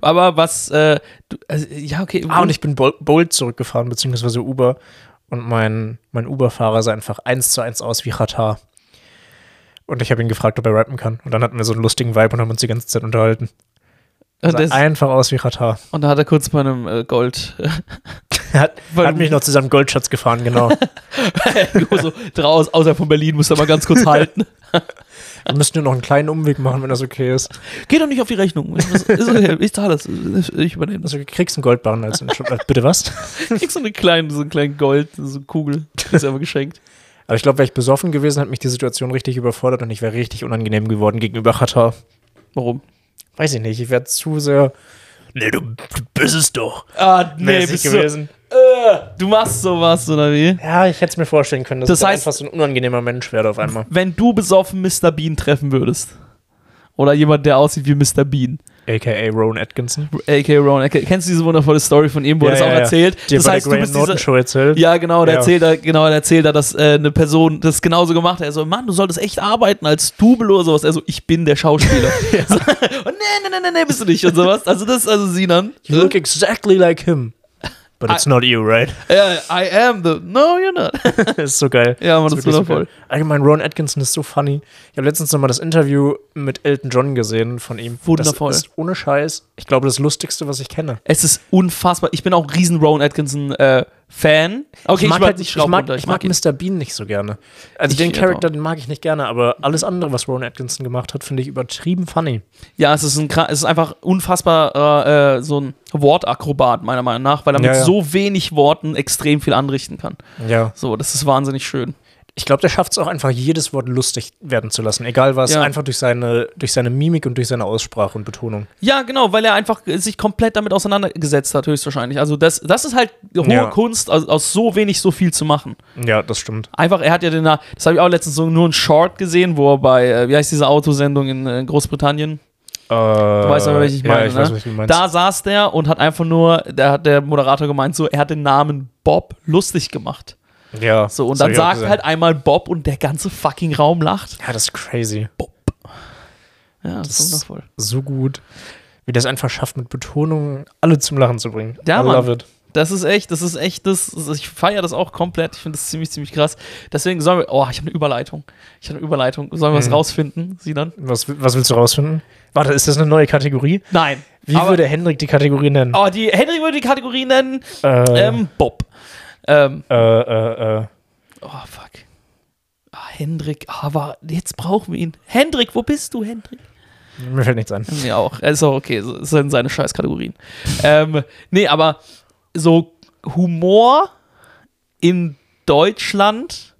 A: Aber was, äh, du, also, ja, okay.
B: Ah, und ich bin Bol- Bolt zurückgefahren, beziehungsweise Uber. Und mein, mein Uber-Fahrer sah einfach eins zu eins aus wie Chata. Und ich habe ihn gefragt, ob er rappen kann. Und dann hatten wir so einen lustigen Vibe und haben uns die ganze Zeit unterhalten.
A: und,
B: Sah
A: das,
B: einfach aus wie Chata.
A: und da hat er kurz bei einem äh, Gold
B: Er hat,
A: Weil-
B: hat mich noch zu seinem Goldschatz gefahren, genau.
A: so draus, außer von Berlin, muss er mal ganz kurz halten.
B: Wir müssten nur noch einen kleinen Umweg machen, wenn das okay ist.
A: Geht doch nicht auf die Rechnung. Ist, ist okay. Ich zahle das. Ich übernehme das.
B: Also du kriegst einen Goldbarren als Entschuldigung. Bitte was?
A: Kriegst du eine kleine, so einen kleinen Gold, so eine Kugel. Die ist aber geschenkt.
B: Aber ich glaube, wäre ich besoffen gewesen, hat mich die Situation richtig überfordert und ich wäre richtig unangenehm geworden gegenüber Chata.
A: Warum?
B: Weiß ich nicht, ich wäre zu sehr. Nee, du, du bist es doch.
A: Ah, nee,
B: mäßig
A: bist du, äh, du machst sowas, oder wie?
B: Ja, ich hätte es mir vorstellen können, dass
A: Das
B: ich
A: heißt-
B: einfach so ein unangenehmer Mensch werde auf einmal.
A: Wenn du besoffen Mr. Bean treffen würdest. Oder jemand, der aussieht wie Mr. Bean.
B: AKA Rowan Atkinson.
A: A.K. Ron. Kennst du diese wundervolle Story von ihm, wo er das auch erzählt?
B: Dir
A: das
B: bei
A: heißt, du
B: der Graham
A: bist diese,
B: Norton Show erzählt.
A: Ja, genau, der
B: Ja.
A: erzählt da, genau, der erzählt da, dass äh, eine Person das genauso gemacht hat. Er so, Mann, du solltest echt arbeiten als Double oder sowas. Er so, ich bin der Schauspieler. so, und nee, nee, nee, nee, bist du nicht und sowas. Also das ist also Sinan.
B: You look exactly like him. But it's not you, right?
A: Äh, I am the, no, you're not.
B: ist so geil.
A: Ja, Mann, das
B: Ist
A: ist
B: wirklich so geil.
A: wundervoll.
B: Allgemein, Rowan Atkinson ist so funny. Ich habe letztens nochmal das Interview mit Elton John gesehen von ihm.
A: Wundervoll.
B: Das ist ohne Scheiß, ich glaube, das Lustigste, was ich kenne.
A: Es ist unfassbar. Ich bin auch riesen Rowan Atkinson äh, Fan. Okay,
B: ich mag,
A: war-
B: halt, ich
A: schraub
B: mag,
A: runter,
B: ich mag
A: ihn.
B: Mr. Bean nicht so gerne. Also
A: Ich
B: den
A: auch.
B: Charakter, den mag ich nicht gerne, aber alles andere, was Rowan Atkinson gemacht hat, finde ich übertrieben funny.
A: Ja, es ist ein kra- es ist einfach unfassbar äh, äh, so ein Wortakrobat meiner Meinung nach, weil er
B: Ja,
A: mit
B: ja.
A: so wenig Worten extrem viel anrichten kann.
B: Ja.
A: So, das ist wahnsinnig schön.
B: Ich glaube, der schafft es auch einfach, jedes Wort lustig werden zu lassen, egal was,
A: Ja.
B: einfach durch seine, durch seine Mimik und durch seine Aussprache und Betonung.
A: Ja, genau, weil er einfach sich komplett damit auseinandergesetzt hat, höchstwahrscheinlich. Also das, das ist halt hohe
B: Ja.
A: Kunst, aus, aus so wenig so viel zu machen.
B: Ja, das stimmt.
A: Einfach, er hat ja den, das habe ich auch letztens so nur einen Short gesehen, wo er bei, äh, wie heißt diese Autosendung in äh, Großbritannien?
B: Äh, du
A: weißt aber, welchen ich meine.
B: Ja, ich weiß,
A: ne?
B: was du meinst.
A: Da saß der und hat einfach nur, da hat der Moderator gemeint, so, er hat den Namen Bob lustig gemacht.
B: ja,
A: So, und
B: das hab
A: dann
B: ich auch
A: sagt
B: gesehen.
A: halt einmal Bob und der ganze fucking Raum lacht.
B: Ja, das ist crazy.
A: Bob. Ja, das, ist wundervoll.
B: So gut, wie das einfach schafft, mit Betonung alle zum Lachen zu bringen.
A: Ja,
B: I
A: Mann.
B: love it.
A: Das ist echt, das ist echt, das, das ich feiere das auch komplett. Ich finde das ziemlich, ziemlich krass. Deswegen sollen wir, oh, ich habe eine Überleitung. Ich habe eine Überleitung. Sollen wir
B: Mhm.
A: was rausfinden, Sie dann?
B: Was, was willst du rausfinden? Warte, ist das eine neue Kategorie?
A: Nein.
B: Wie
A: aber,
B: würde Hendrik die Kategorie nennen?
A: Oh, die Henry würde die Kategorie nennen,
B: Äh,
A: ähm, Bob. Ähm,
B: äh, äh, äh.
A: oh, fuck. Ah, Hendrik, aber jetzt brauchen wir ihn. Hendrik, wo bist du, Hendrik?
B: Mir fällt nichts ein.
A: Mir auch. Ist auch okay, so- es sind seine Scheißkategorien. ähm, nee, aber so Humor in Deutschland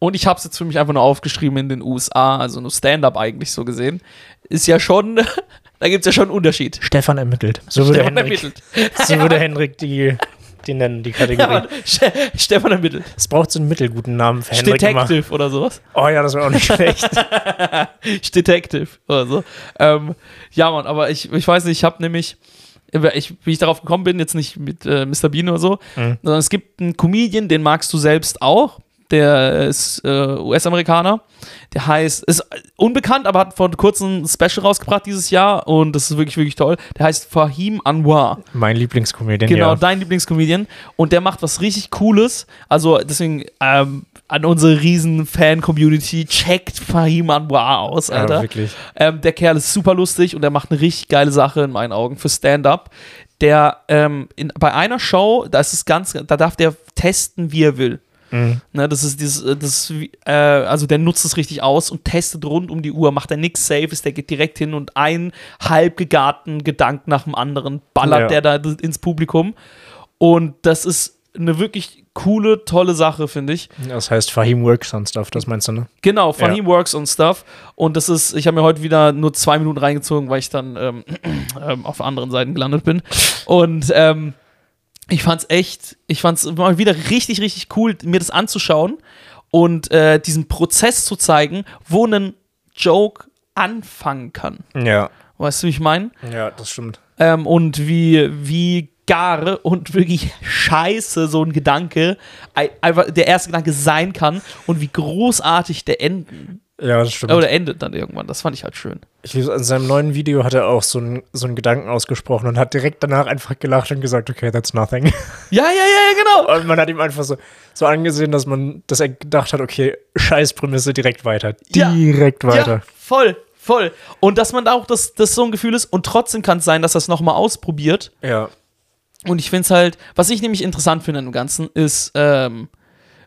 A: und ich habe es jetzt für mich einfach nur aufgeschrieben in den USA, also nur Stand-up eigentlich so gesehen, ist ja schon, da gibt es ja schon einen Unterschied.
B: Stefan ermittelt. So würde,
A: Stefan
B: Hendrik,
A: ermittelt.
B: so würde Hendrik die, die nennen, die
A: Ja,
B: Kategorie.
A: Mann, Ste- Stefan ermittelt.
B: Es braucht so einen mittelguten Namen für Hendrik immer.
A: Detective oder sowas.
B: Oh ja, das wäre auch nicht schlecht.
A: Detective oder so. Ähm, ja, Mann, aber ich, ich weiß nicht, ich habe nämlich, ich, wie ich darauf gekommen bin, jetzt nicht mit äh, Mr. Bean oder so, sondern es gibt einen Comedian, den magst du selbst auch. Der ist äh, US-Amerikaner. Der heißt, ist unbekannt, aber hat vor kurzem ein Special rausgebracht dieses Jahr und das ist wirklich, wirklich toll. Der heißt Fahim Anwar.
B: mein Lieblingskomedian,
A: Genau,
B: ja.
A: dein Lieblingscomedian. Und der macht was richtig Cooles. Also deswegen ähm, an unsere riesen Fan-Community checkt Fahim Anwar aus,
B: ja,
A: Alter.
B: wirklich.
A: ähm, der Kerl ist super lustig und der macht eine richtig geile Sache in meinen Augen für Stand-Up. Der ähm, in, bei einer Show, da ist es ganz, da darf der testen, wie er will.
B: Mhm.
A: Ne, das ist dieses, äh, das, ist wie- äh, also der nutzt es richtig aus und testet rund um die Uhr, macht er nichts Safes, der geht direkt hin und einen halb gegarten Gedanken nach dem anderen ballert
B: Ja.
A: der da d- ins Publikum. Und das ist eine wirklich coole, tolle Sache, finde ich.
B: Das heißt Fahim Works und Stuff, das meinst du, ne?
A: Genau,
B: Ja.
A: Funny Works und Stuff. Und das ist, ich habe mir heute wieder nur zwei Minuten reingezogen, weil ich dann ähm, ähm, auf anderen Seiten gelandet bin. Und ähm, ich fand's echt, ich fand's mal wieder richtig, richtig cool, mir das anzuschauen und äh, diesen Prozess zu zeigen, wo ein Joke anfangen kann.
B: Ja.
A: Weißt du, wie ich meine?
B: Ja, das stimmt.
A: ähm, und wie, wie gar und wirklich scheiße so ein Gedanke ei- einfach der erste Gedanke sein kann und wie großartig der enden
B: Ja, das stimmt.
A: oder endet dann irgendwann. Das fand ich halt schön.
B: Ich lese, in seinem neuen Video hat er auch so einen, so einen Gedanken ausgesprochen und hat direkt danach einfach gelacht und gesagt, okay, that's nothing.
A: Ja, ja, ja, ja, genau.
B: Und man hat ihm einfach so, so angesehen, dass man, dass er gedacht hat, okay, scheiß Prämisse, direkt weiter.
A: Ja.
B: Direkt
A: Ja,
B: weiter.
A: voll, voll. Und dass man da auch das, das so ein Gefühl ist und trotzdem kann es sein, dass das nochmal ausprobiert.
B: Ja.
A: Und ich finde es halt, was ich nämlich interessant finde im Ganzen, ist, ähm,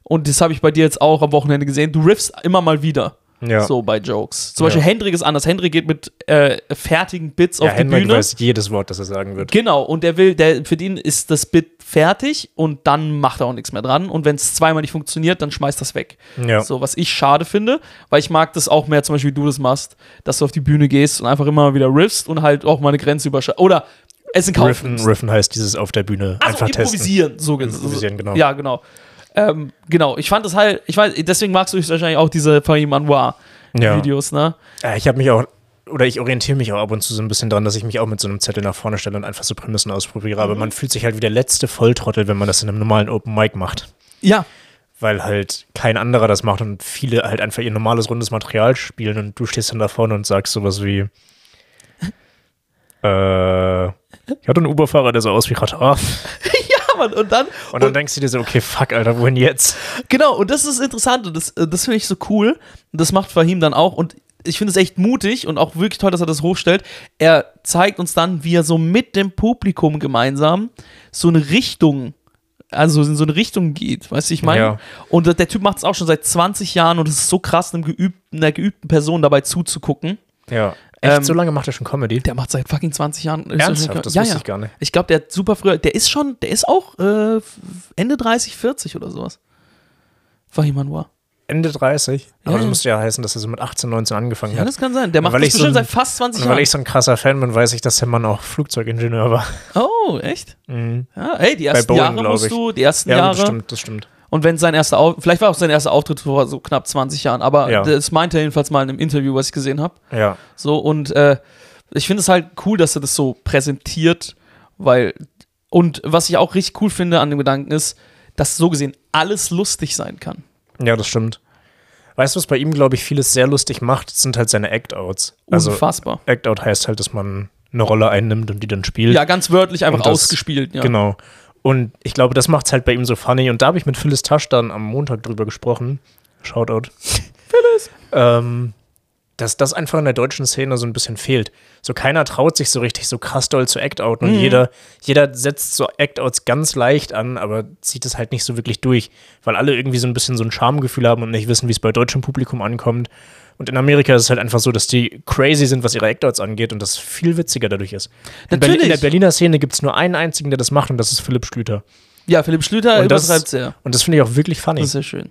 A: und das habe ich bei dir jetzt auch am Wochenende gesehen, du riffst immer mal wieder.
B: Ja.
A: So bei Jokes. Zum
B: Ja.
A: Beispiel Hendrik ist anders. Hendrik geht mit äh, fertigen Bits
B: ja
A: auf die
B: Henrik
A: Bühne.
B: weiß jedes Wort, das er sagen wird.
A: Genau, und der will, der, für den ist das Bit fertig und dann macht er auch nichts mehr dran. Und wenn es zweimal nicht funktioniert, dann schmeißt das weg.
B: Ja.
A: So, was ich schade finde, weil ich mag das auch mehr, zum Beispiel, wie du das machst, dass du auf die Bühne gehst und einfach immer wieder riffst und halt auch mal eine Grenze überschreitest. Oder es in Kauf
B: Riffen,
A: nimmst.
B: Riffen heißt dieses auf der Bühne
A: Also
B: einfach testen.
A: improvisieren, so ge-
B: Improvisieren, genau.
A: Ja, genau. Ähm, genau, ich fand das halt, ich weiß, deswegen magst du wahrscheinlich auch diese Fahim Anwar
B: Ja.
A: Videos, ne?
B: Äh, Ich habe mich auch, oder ich orientiere mich auch ab und zu so ein bisschen dran, dass ich mich auch mit so einem Zettel nach vorne stelle und einfach so Prämissen ausprobiere.
A: Mhm.
B: Aber man fühlt sich halt wie der letzte Volltrottel, wenn man das in einem normalen Open Mic macht.
A: Ja,
B: Weil halt kein anderer das macht und viele halt einfach ihr normales rundes Material spielen und du stehst dann da vorne und sagst sowas wie. Äh, ich hatte einen Uberfahrer, der so aus wie Radar.
A: ja, Mann, und dann,
B: Und dann denkst du dir so, okay, fuck, Alter, wohin jetzt?
A: Genau, und das ist interessant und das, äh, das finde ich so cool. Und das macht Fahim dann auch und ich finde es echt mutig und auch wirklich toll, dass er das hochstellt. Er zeigt uns dann, wie er so mit dem Publikum gemeinsam so eine Richtung, also in so eine Richtung geht, weißt du, ich meine?
B: Ja.
A: Und der- der Typ macht es auch schon seit 20 Jahren und es ist so krass, einem geübten, einer geübten Person dabei zuzugucken.
B: Ja. Echt,
A: Ähm,
B: so lange macht er schon Comedy?
A: Der macht seit fucking 20 Jahren.
B: Ernsthaft? Das
A: ja,
B: wusste
A: ja.
B: ich gar nicht.
A: Ich glaube, der hat super früher, der ist schon, der ist auch äh, f- Ende 30, 40 oder sowas. Fahim Anwar.
B: Ende 30. Aber
A: Ja.
B: das müsste ja heißen, dass er so mit 18, 19 angefangen
A: Ja,
B: hat.
A: das kann sein. Der macht
B: weil
A: das
B: ich so
A: bestimmt
B: ein-
A: seit fast 20
B: Und weil
A: Jahren.
B: ich so ein krasser Fan bin, weiß ich, dass der Mann auch Flugzeugingenieur war.
A: oh, echt? Ja, ey, die ersten
B: Mhm. Boeing,
A: Jahre
B: glaub
A: musst
B: ich.
A: du, die ersten
B: Ja, gut, das
A: Jahre.
B: stimmt, das stimmt.
A: Und wenn sein erster Auftritt, vielleicht war auch sein erster Auftritt vor so knapp 20 Jahren, aber
B: Ja.
A: das meinte er jedenfalls mal in einem Interview, was ich gesehen habe.
B: Ja.
A: So, und äh, Ich finde es halt cool, dass er das so präsentiert, weil. Und was ich auch richtig cool finde an dem Gedanken ist, dass so gesehen alles lustig sein kann.
B: Ja, das stimmt. Weißt du, was bei ihm, glaube ich, vieles sehr lustig macht, sind halt seine Act-Outs. Also
A: Unfassbar.
B: Act-Out heißt halt, dass man eine Rolle einnimmt und die dann spielt.
A: Ja, ganz wörtlich einfach
B: Und das-
A: ausgespielt. Ja.
B: Genau. Und ich glaube, das macht's halt bei ihm so funny. Und da habe ich mit Phyllis Tasch dann am Montag drüber gesprochen. Shoutout. Phyllis. ähm, dass das einfach in der deutschen Szene so ein bisschen fehlt. So keiner traut sich so richtig so krass doll zu Act-Outen.
A: Mhm.
B: Und jeder, jeder setzt so Act-Outs ganz leicht an, aber zieht es halt nicht so wirklich durch. Weil alle irgendwie so ein bisschen so ein Schamgefühl haben und nicht wissen, wie es bei deutschem Publikum ankommt. Und in Amerika ist es halt einfach so, dass die crazy sind, was ihre Act-Outs angeht und das viel witziger dadurch ist. In Berlin- In der
A: Natürlich.
B: Berliner Szene gibt es nur einen einzigen, der das macht und das ist Philipp Schlüter.
A: Ja, Philipp Schlüter
B: Und das-
A: übertreibt sehr.
B: Und das finde ich auch wirklich funny.
A: Das ist sehr schön.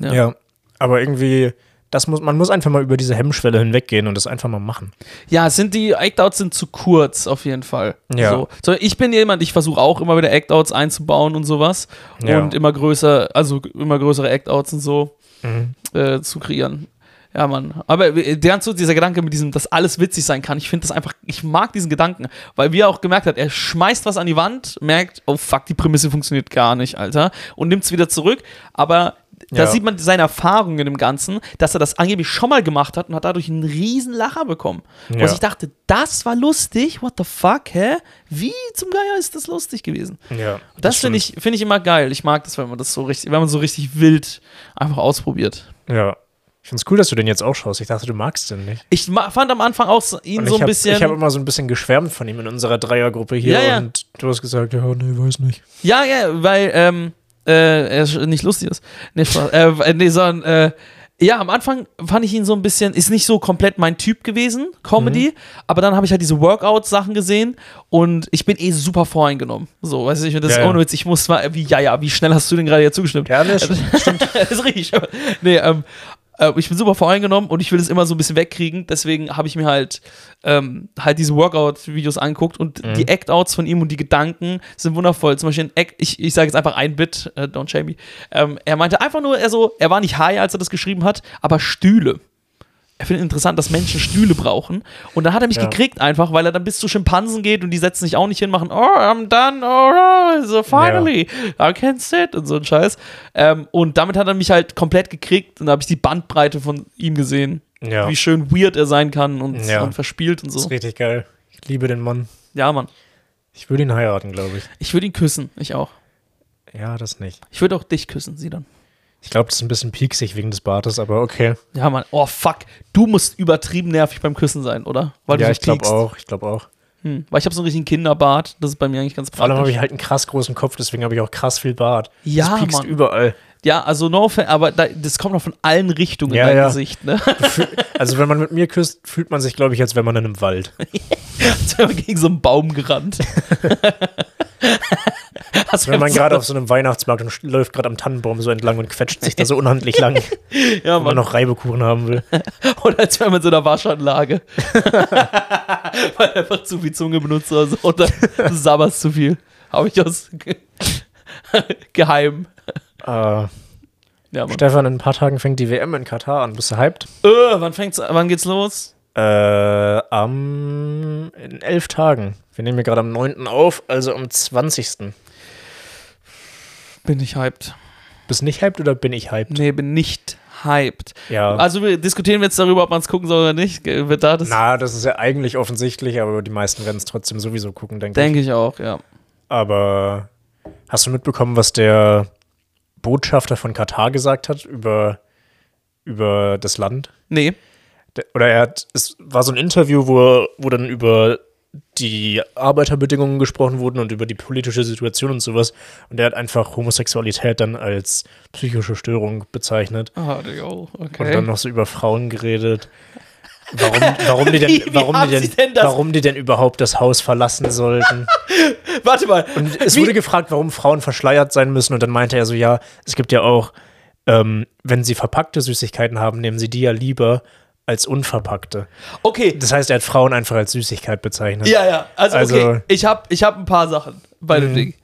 B: ja. aber irgendwie, das muss, man muss einfach mal über diese Hemmschwelle hinweggehen und das einfach mal machen.
A: Ja, es sind die Act-Outs sind zu kurz auf jeden Fall.
B: Ja.
A: So. So, ich bin jemand, ich versuche auch immer wieder Act-Outs einzubauen und sowas.
B: Ja.
A: Und immer größer, also immer größere Act-Outs und so
B: Mhm.
A: äh, zu kreieren. Ja, Mann. Aber äh, ganz so dieser Gedanke mit diesem, dass alles witzig sein kann, ich finde das einfach, ich mag diesen Gedanken, weil wie er auch gemerkt hat, er schmeißt was an die Wand, merkt, oh fuck, die Prämisse funktioniert gar nicht, Alter, und nimmt es wieder zurück. Aber da
B: Ja.
A: sieht man seine Erfahrung in dem Ganzen, dass er das angeblich schon mal gemacht hat und hat dadurch einen riesen Lacher bekommen.
B: Ja.
A: Was ich dachte, das war lustig, what the fuck, hä? Wie zum Geier ist das lustig gewesen?
B: Ja.
A: Das, finde ich, finde ich immer geil. Ich mag das, wenn man das so richtig, wenn man so richtig wild einfach ausprobiert.
B: Ja. Ich finde es cool, dass du den jetzt auch schaust. Ich dachte, du magst den nicht.
A: Ich ma- fand am Anfang auch so- ihn
B: Und
A: so
B: ich
A: ein
B: hab-
A: bisschen.
B: Ich habe immer so ein bisschen geschwärmt von ihm in unserer Dreiergruppe hier
A: Ja, ja.
B: und du hast gesagt, ja, nee, weiß nicht.
A: ja, ja, weil ähm, äh, er sch- nicht lustig ist. Nee, Spaß. äh, nee, sondern, äh, ja, am Anfang fand ich ihn so ein bisschen, ist nicht so komplett mein Typ gewesen, Comedy,
B: Mhm.
A: aber dann habe ich halt diese Workout-Sachen gesehen und ich bin eh super voreingenommen. So, weißt du, ich finde das
B: Ja,
A: ist
B: ja.
A: ohne Witz, ich muss mal, wie, ja, ja, wie schnell hast du denn gerade jetzt zugestimmt?
B: Ja, das
A: Also, das ist richtig. schön. Nee, ähm, äh, ich bin super voreingenommen und ich will es immer so ein bisschen wegkriegen. Deswegen habe ich mir halt ähm, halt diese Workout-Videos anguckt und die Act-Outs von ihm und die Gedanken sind wundervoll. Zum Beispiel, ein Act, ich, ich sage jetzt einfach ein Bit, äh, don't shame me. Ähm, er meinte einfach nur, er so, er war nicht high, als er das geschrieben hat, aber Stühle. Er findet interessant, dass Menschen Stühle brauchen. Und dann hat er mich
B: Ja.
A: gekriegt einfach, weil er dann bis zu Schimpansen geht und die setzen sich auch nicht hin, machen, oh, I'm done, oh, oh, so finally, I can sit und so ein Scheiß. Ähm, und damit hat er mich halt komplett gekriegt und da habe ich die Bandbreite von ihm gesehen.
B: Ja.
A: Wie schön weird er sein kann und,
B: Ja.
A: und verspielt und
B: Das
A: so.
B: ist richtig geil. Ich liebe den Mann.
A: Ja, Mann.
B: Ich würde ihn heiraten, glaube ich.
A: Ich würde ihn küssen. Ich auch.
B: Ja, das nicht.
A: Ich würde auch dich küssen, sie dann.
B: Ich glaube, das ist ein bisschen pieksig wegen des Bartes, aber okay.
A: Ja, Mann. Oh, fuck. Du musst übertrieben nervig beim Küssen sein, oder? Weil du
B: ja,
A: so
B: ich glaube
A: piekst.
B: auch. Ich glaube auch.
A: Hm. Weil ich habe so einen richtigen Kinderbart. Das ist bei mir eigentlich ganz
B: Vor allem habe
A: praktisch.
B: ich halt einen krass großen Kopf, deswegen habe ich auch krass viel Bart.
A: Ja,
B: das piekst
A: Mann.
B: überall.
A: Ja, also no offense, aber da, das kommt noch von allen Richtungen
B: Ja,
A: in dein
B: ja.
A: Gesicht, ne?
B: Also wenn man mit mir küsst, fühlt man sich, glaube ich, als wäre man in einem Wald.
A: Als wäre man gegen so einen Baum gerannt. Als
B: Wenn
A: wäre
B: man
A: so-
B: gerade auf so einem Weihnachtsmarkt und sch- läuft gerade am Tannenbaum so entlang und quetscht sich da so unhandlich lang, wenn
A: ja,
B: man
A: Mann.
B: noch Reibekuchen haben will.
A: Oder als wäre man in so einer Waschanlage. Weil er einfach zu viel Zunge benutzt oder so. Und dann sabberst zu viel. Habe ich aus Geheim.
B: Äh,
A: Ja, Mann.
B: Stefan, in ein paar Tagen fängt die WM in Katar an. Bist du hyped?
A: Äh, wann, fängt's, wann geht's los?
B: Äh, am, in elf Tagen. Wir nehmen hier gerade am 9. auf, also am 20.
A: Bin ich hyped.
B: Bist nicht hyped oder bin ich hyped?
A: Nee, bin nicht hyped.
B: Ja.
A: Also wir diskutieren wir jetzt darüber, ob man es gucken soll oder nicht. Ge- Wird da das?
B: Na, das ist ja eigentlich offensichtlich, aber die meisten werden es trotzdem sowieso gucken, denke ich.
A: Denke ich auch, ja.
B: Aber hast du mitbekommen, was der Botschafter von Katar gesagt hat über, über das Land?
A: Nee.
B: Der- Oder er hat, es war so ein Interview, wo, er- wo dann über die Arbeiterbedingungen gesprochen wurden und über die politische Situation und sowas. Und er hat einfach Homosexualität dann als psychische Störung bezeichnet
A: Ah, Digga, oh, okay.
B: und dann noch so über Frauen geredet. Warum, warum die
A: Wie- wie
B: denn, warum
A: haben
B: die denn,
A: sie denn das-
B: warum die denn überhaupt das Haus verlassen sollten?
A: Warte mal.
B: Und es
A: Wie-
B: wurde gefragt, warum Frauen verschleiert sein müssen. Und dann meinte er so, ja, es gibt ja auch, ähm, wenn sie verpackte Süßigkeiten haben, nehmen sie die ja lieber als unverpackte.
A: Okay.
B: Das heißt, er hat Frauen einfach als Süßigkeit bezeichnet.
A: Ja, ja. Also,
B: Also- Mhm.
A: okay. Ich habe ich hab ein paar Sachen bei dem Ding.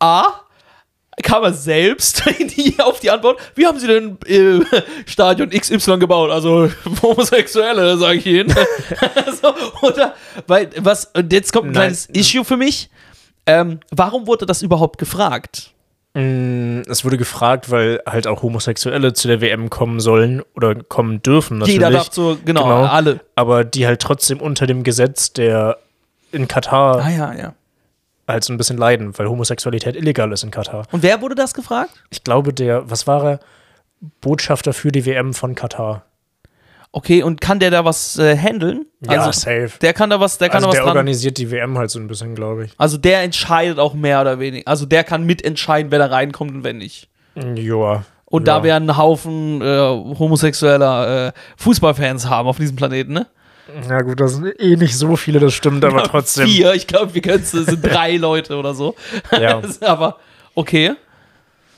A: A. kam er selbst in die, auf die Antwort, wie haben sie denn äh, Stadion XY gebaut? Also Homosexuelle, sage ich Ihnen. so, oder, weil, was, und jetzt kommt ein
B: Nein.
A: kleines Issue für mich. Ähm, warum wurde das überhaupt gefragt?
B: Mm, Es wurde gefragt, weil halt auch Homosexuelle zu der WM kommen sollen oder kommen dürfen natürlich.
A: Jeder dachte so, genau,
B: Genau.
A: alle.
B: aber die halt trotzdem unter dem Gesetz der in Katar
A: Ah ja, ja.
B: halt so ein bisschen leiden, weil Homosexualität illegal ist in Katar.
A: Und wer wurde das gefragt?
B: Ich glaube, der, was war er? Botschafter für die WM von Katar.
A: Okay, und kann der da was äh, handeln?
B: Ja,
A: also,
B: safe.
A: der kann da was, der kann
B: also
A: da
B: der
A: was dran.
B: organisiert die WM halt so ein bisschen, glaube ich.
A: Also der entscheidet auch mehr oder weniger. Also der kann mitentscheiden, wer da reinkommt und wer nicht.
B: Mm, Joa.
A: Und
B: ja.
A: da werden ein Haufen äh, homosexueller äh, Fußballfans haben auf diesem Planeten, ne?
B: Na gut, das sind eh nicht so viele, das stimmt, aber trotzdem.
A: Vier, ich glaube, wir können es sind drei Leute oder so.
B: Ja.
A: Aber okay.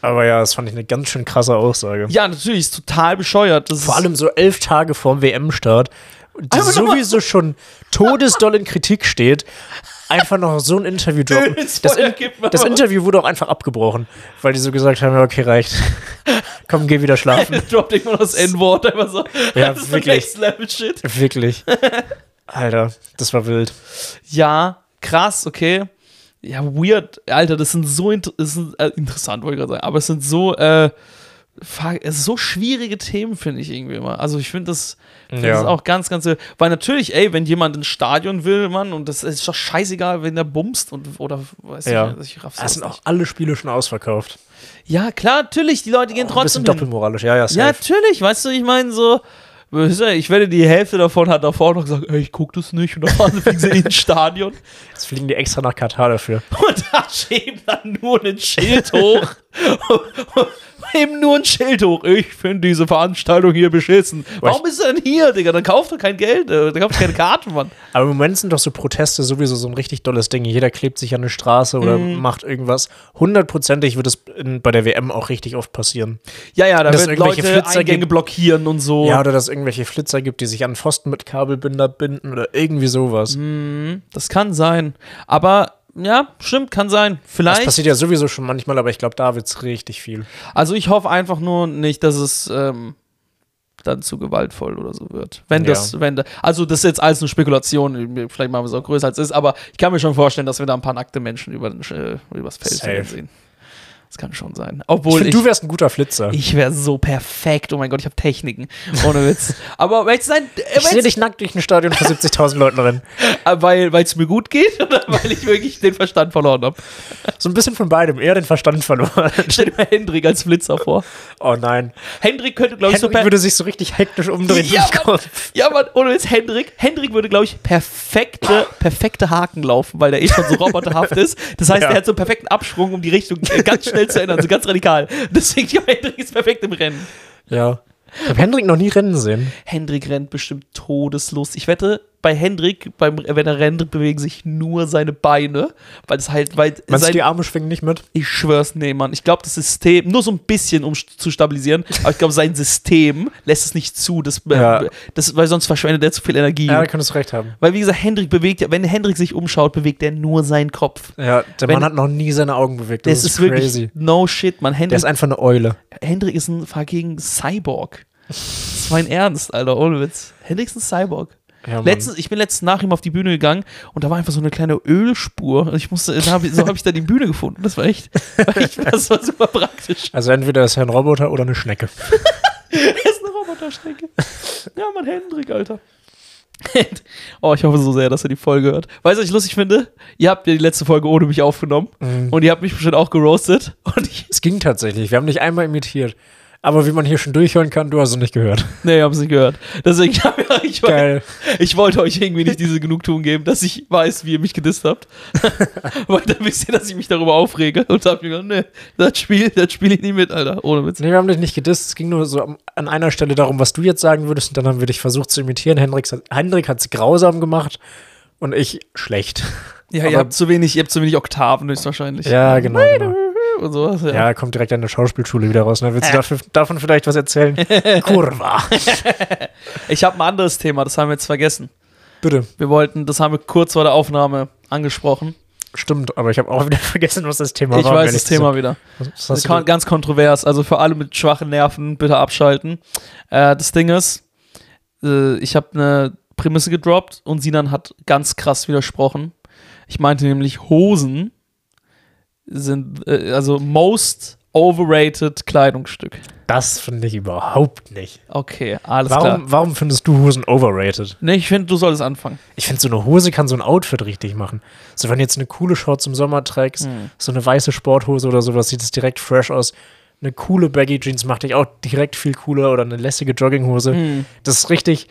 B: Aber ja, das fand ich eine ganz schön krasse Aussage.
A: Ja, natürlich, ist total bescheuert. Das
B: Vor
A: ist,
B: allem so elf Tage vorm WM-Start, die
A: Einfach noch mal-
B: sowieso schon todesdoll in Kritik steht, einfach noch so ein
A: Äh,
B: Interview droppen.
A: Öl ins
B: Das,
A: Feuer
B: in,
A: kippen, aber-
B: das Interview wurde auch einfach abgebrochen, weil die so gesagt haben, ja, okay, reicht. Komm, geh wieder schlafen.
A: droppt irgendwann das N-Wort. einfach So.
B: Ja,
A: das ist
B: wirklich.
A: Next Level Shit.
B: Wirklich. Alter, das war wild.
A: Ja, krass, okay. Ja, weird. Alter, das sind so int das sind, äh, interessant, wollte ich gerade sagen, aber es sind so, äh, fuck, es sind so schwierige Themen, finde ich irgendwie immer. Also ich finde das, find
B: Ja.
A: das auch ganz, ganz, weil natürlich, ey, wenn jemand ins Stadion will, Mann, und das ist doch scheißegal, wenn der bumst und, oder, weiß
B: Ja.
A: ich, ich raff's
B: Ah,
A: das
B: Das sind auch
A: nicht.
B: alle Spiele schon ausverkauft.
A: Ja, klar, natürlich, die Leute gehen
B: Ein
A: trotzdem
B: bisschen
A: hin.
B: doppelmoralisch. Ja, ja,
A: Ja,
B: safe.
A: natürlich, weißt du, ich meine so, weißt du, ich werde die Hälfte davon hat davor noch gesagt, ey, ich guck das nicht und dann fahren sie fliegen sie ins Stadion.
B: Jetzt fliegen die extra nach Katar dafür.
A: Und da schiebt dann nur ein Schild hoch. Eben nur ein Schild hoch. Ich finde diese Veranstaltung hier beschissen. Warum bist du denn hier, Digga? Dann kauft doch kein Geld, äh, dann kauft doch keine Karten, Mann.
B: Aber im Moment sind doch so Proteste sowieso so ein richtig dolles Ding. Jeder klebt sich an eine Straße oder
A: Mhm.
B: macht irgendwas. Hundertprozentig wird es in, bei der WM auch richtig oft passieren.
A: Ja, ja, da
B: Dass
A: werden
B: irgendwelche
A: Leute
B: Flitzer
A: Eingänge
B: geben.
A: blockieren und so.
B: Ja, oder dass es irgendwelche Flitzer gibt, die sich an Pfosten mit Kabelbinder binden oder irgendwie sowas.
A: Mhm. Das kann sein. Aber ja, stimmt, kann sein.
B: Das
A: Vielleicht.
B: passiert ja sowieso schon manchmal, aber ich glaube, da wird es richtig viel.
A: Also ich hoffe einfach nur nicht, dass es ähm, dann zu gewaltvoll oder so wird. Wenn
B: Ja.
A: das, wenn da, also das ist jetzt alles eine Spekulation, vielleicht machen wir es auch größer als es ist, aber ich kann mir schon vorstellen, dass wir da ein paar nackte Menschen über den, Sch- äh, übers Feld
B: Safe.
A: gehen sehen. Das kann schon sein.
B: Ich
A: Obwohl
B: finde,
A: ich,
B: du wärst ein guter Flitzer.
A: ich wäre so perfekt. Oh mein Gott, ich habe Techniken. Ohne Witz. aber weil es sein, äh,
B: Ich sehe
A: weil's-
B: dich nackt durch ein Stadion vor 70.000 Leuten rennen.
A: äh, weil es mir gut geht oder weil ich wirklich den Verstand verloren habe.
B: So ein bisschen von beidem. Eher den Verstand verloren.
A: Stell dir mal Hendrik als Flitzer vor.
B: Oh nein.
A: Hendrik könnte, glaube ich, so
B: Henrik
A: per-
B: würde sich so richtig hektisch umdrehen.
A: Ja,
B: im Kopf.
A: Ja, Mann, ohne jetzt Hendrik. Hendrik würde, glaube ich, perfekte, perfekte Haken laufen, weil der eh schon so roboterhaft ist. Das heißt,
B: Ja.
A: er hat so einen perfekten Absprung, um die Richtung äh, ganz schnell zu ändern, so ganz radikal. Deswegen, ja, Hendrik ist perfekt im Rennen.
B: ja. Ich habe Hendrik noch nie rennen sehen.
A: Hendrik rennt bestimmt todeslos. Ich wette, bei Hendrik, beim, wenn er rennt, bewegen sich nur seine Beine, weil das halt, weil
B: Meinst du,
A: sein,
B: die Arme schwingen nicht mit?
A: ich schwör's, nee, Mann. Ich glaube, das System, nur so ein bisschen, um st- zu stabilisieren, aber ich glaube, sein System lässt es nicht zu, dass, äh,
B: Ja.
A: das, weil sonst verschwendet er zu viel Energie.
B: Ja, da könntest du recht haben.
A: Weil, wie gesagt, Hendrik bewegt ja, wenn Hendrik sich umschaut, bewegt er nur seinen Kopf.
B: Ja, der
A: Wenn-
B: Mann hat noch nie seine Augen bewegt. Das,
A: Das,
B: ist,
A: ist, wirklich
B: crazy.
A: no shit, man.
B: Der
A: Hendrik
B: ist
A: ist,
B: einfach eine Eule.
A: Hendrik ist ein fucking Cyborg. Das ist mein Ernst, Alter, ohne Witz. Hendrik ist ein Cyborg.
B: Ja, Mann.
A: Letztens, ich bin letztens nach ihm auf die Bühne gegangen und da war einfach so eine kleine Ölspur. Und ich musste, da hab ich, so habe ich da die Bühne gefunden. Das war echt, ich, das war super praktisch.
B: Also entweder ist er ein Roboter oder eine Schnecke.
A: Er ist eine Roboterschnecke. Ja, Mann, Hendrik, Alter. oh, ich hoffe so sehr, dass er die Folge hört. Weißt du, was ich lustig finde? Ihr habt ja die letzte Folge ohne mich aufgenommen und ihr habt mich bestimmt auch geroastet. Und ich,
B: Es ging tatsächlich. Wir haben dich einmal imitiert. Aber wie man hier schon durchhören kann, du hast es nicht gehört.
A: nee, hab's nicht gehört. Deswegen, ja, ich,
B: Geil.
A: ich wollte euch irgendwie nicht diese Genugtuung geben, dass ich weiß, wie ihr mich gedisst habt. Weil dann wisst ihr, dass ich mich darüber aufrege. Und da hab ich mir gedacht, nee, das Spiel, das spiele ich nie mit, Alter. Ohne Witz.
B: Nee, wir haben dich nicht gedisst. Es ging nur so am- an einer Stelle darum, was du jetzt sagen würdest. Und dann haben wir dich versucht zu imitieren. Hendrik, Hendrik hat es grausam gemacht. Und ich schlecht.
A: Ja,
B: Aber-
A: ihr habt zu wenig, ihr habt zu wenig Oktaven höchstwahrscheinlich.
B: Ja, genau. genau.
A: Und sowas, ja.
B: Ja, kommt direkt an der Schauspielschule wieder raus. Ne? Willst du dafür, davon vielleicht was erzählen? Kurva.
A: Ich habe ein anderes Thema, das haben wir jetzt vergessen.
B: Bitte.
A: Wir wollten, das haben wir kurz vor der Aufnahme angesprochen.
B: Stimmt, aber ich habe auch wieder vergessen, was das Thema
A: Ich
B: war.
A: weiß das Thema wieder.
B: Was,
A: Das kann, ganz kontrovers. Also für alle mit schwachen Nerven bitte abschalten. Äh, das Ding ist, äh, ich habe eine Prämisse gedroppt und Sinan hat ganz krass widersprochen. Ich meinte nämlich, Hosen sind äh, also most overrated Kleidungsstück.
B: das finde ich überhaupt nicht.
A: Okay, alles klar.
B: Warum, warum findest du Hosen overrated?
A: Nee, ich finde, du solltest anfangen.
B: Ich finde, so eine Hose kann so ein Outfit richtig machen. So, wenn du jetzt eine coole Shorts im Sommer trägst,
A: Hm.
B: so eine weiße Sporthose oder sowas, sieht es direkt fresh aus. Eine coole Baggy Jeans macht dich auch direkt viel cooler oder eine lässige Jogginghose.
A: Hm.
B: Das ist richtig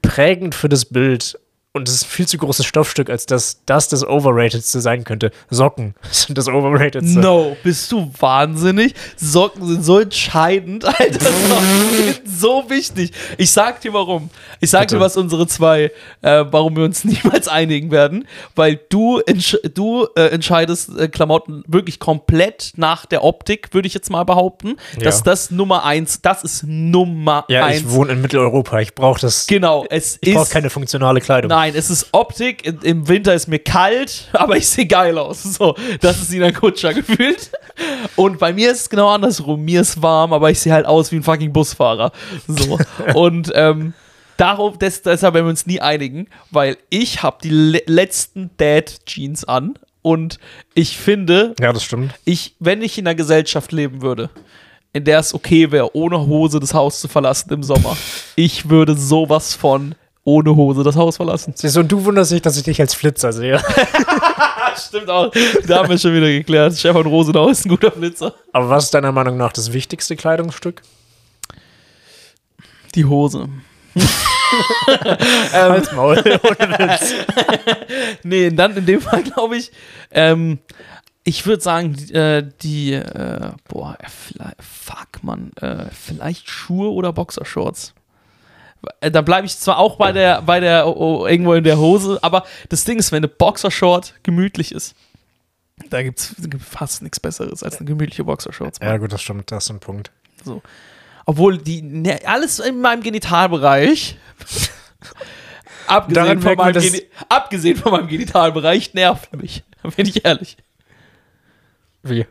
B: prägend für das Bild. Und es ist ein viel zu großes Stoffstück, als dass das das Overratedste sein könnte. Socken sind das Overratedste.
A: No, bist du wahnsinnig? Socken sind so entscheidend, Alter. Socken sind so wichtig. Ich sag dir warum. Ich sag
B: Bitte.
A: dir, was unsere zwei, äh, warum wir uns niemals einigen werden, weil du, entsch du äh, entscheidest äh, Klamotten wirklich komplett nach der Optik, würde ich jetzt mal behaupten.
B: Ja.
A: Dass das Nummer eins, das ist Nummer
B: Ja,
A: eins.
B: ich wohne in Mitteleuropa. Ich brauche das.
A: genau, es
B: Ich brauche
A: ist
B: keine funktionale Kleidung.
A: Nein, es ist Optik. I- Im Winter ist mir kalt, aber ich sehe geil aus. So, das ist Sinan Kutscher gefühlt. Und bei mir ist es genau andersrum. Mir ist warm, aber ich sehe halt aus wie ein fucking Busfahrer. So. Und ähm, darauf, des, deshalb werden wir uns nie einigen, weil ich habe die le letzten Dad-Jeans an und ich finde,
B: Ja, das stimmt.
A: ich, wenn ich in einer Gesellschaft leben würde, in der es okay wäre, ohne Hose das Haus zu verlassen im Sommer, ich würde sowas von ohne Hose das Haus verlassen.
B: Siehst du, und du wunderst dich, dass ich dich als Flitzer sehe.
A: Das stimmt auch. Da haben wir schon wieder geklärt. Stefan Rosenau ist ein guter Blitzer.
B: Aber was ist deiner Meinung nach das wichtigste Kleidungsstück?
A: Die Hose.
B: Als Maul. Ohne Witz.
A: Nee, dann in dem Fall glaube ich, ähm, ich würde sagen, die, äh, die äh, boah, vielleicht, fuck, Mann, äh, vielleicht Schuhe oder Boxershorts. Äh, Da bleibe ich zwar auch bei der, bei der, oh, oh, irgendwo in der Hose, aber das Ding ist, wenn eine Boxershort gemütlich ist, da gibt es fast nichts Besseres als eine gemütliche Boxershorts.
B: Ja, gut, das stimmt. Das ist ein Punkt.
A: Obwohl die, ne, alles in meinem Genitalbereich,
B: Daran
A: abgesehen, von
B: merkt man,
A: meinem
B: dass-
A: Geni abgesehen von meinem Genitalbereich, nervt mich. Bin ich ehrlich.
B: Wie?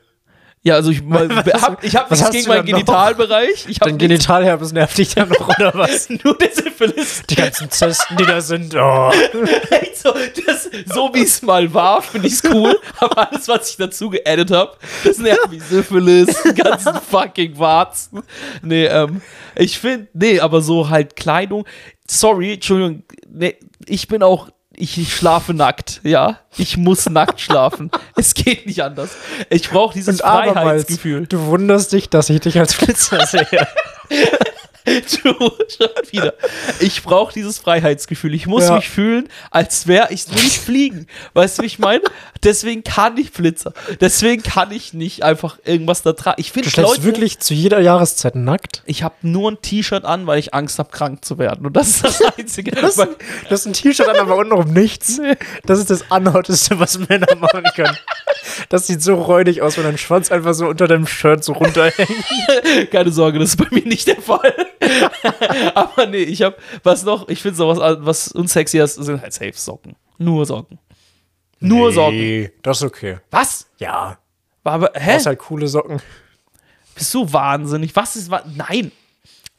A: Ja, also ich mal-
B: Was-
A: hab, ich hab
B: was
A: nichts
B: hast
A: gegen
B: du
A: meinen
B: denn noch?
A: Genitalbereich. Ich habe
B: Dein Genitalherpes nervt dich dann noch, oder was?
A: nur der Syphilis.
B: Die ganzen Zesten, die da sind. Oh.
A: Echt so, das, so wie es mal war, finde ich's cool. Aber alles, was ich dazu geaddet habe, das nervt wie Syphilis, die ganzen fucking Warzen. Nee, ähm, ich finde, nee, aber so halt Kleidung. Sorry, Entschuldigung, nee, ich bin auch. Ich, ich schlafe nackt, ja. Ich muss nackt schlafen. Es geht nicht anders. Ich brauche dieses
B: Und abermals,
A: Freiheitsgefühl.
B: du wunderst dich, dass ich dich als Flitzer sehe.
A: Du schon wieder. Ich brauche dieses Freiheitsgefühl. Ich muss
B: Ja.
A: mich fühlen, als wäre ich will ich fliegen. Weißt du, wie ich meine? Deswegen kann ich Blitzer. Deswegen kann ich nicht einfach irgendwas da tragen. Ich
B: Du
A: finde
B: schläfst
A: Leute,
B: wirklich zu jeder Jahreszeit nackt?
A: ich habe nur ein T-Shirt an, weil ich Angst habe, krank zu werden. Und das ist das Einzige. Weil-
B: Du hast ein T-Shirt an, aber untenrum nichts. Das ist das Anhotteste, was Männer machen können. Das sieht so räudig aus, wenn dein Schwanz einfach so unter deinem Shirt so runterhängt.
A: Keine Sorge, das ist bei mir nicht der Fall. Aber nee, ich habe was noch. Ich finde sowas, was unsexy ist, sind halt safe Socken. Nur Socken. Nur Socken.
B: das ist okay.
A: Was?
B: Ja,
A: Aber, hä?
B: das halt coole Socken.
A: Bist du wahnsinnig? Was ist wa Nein.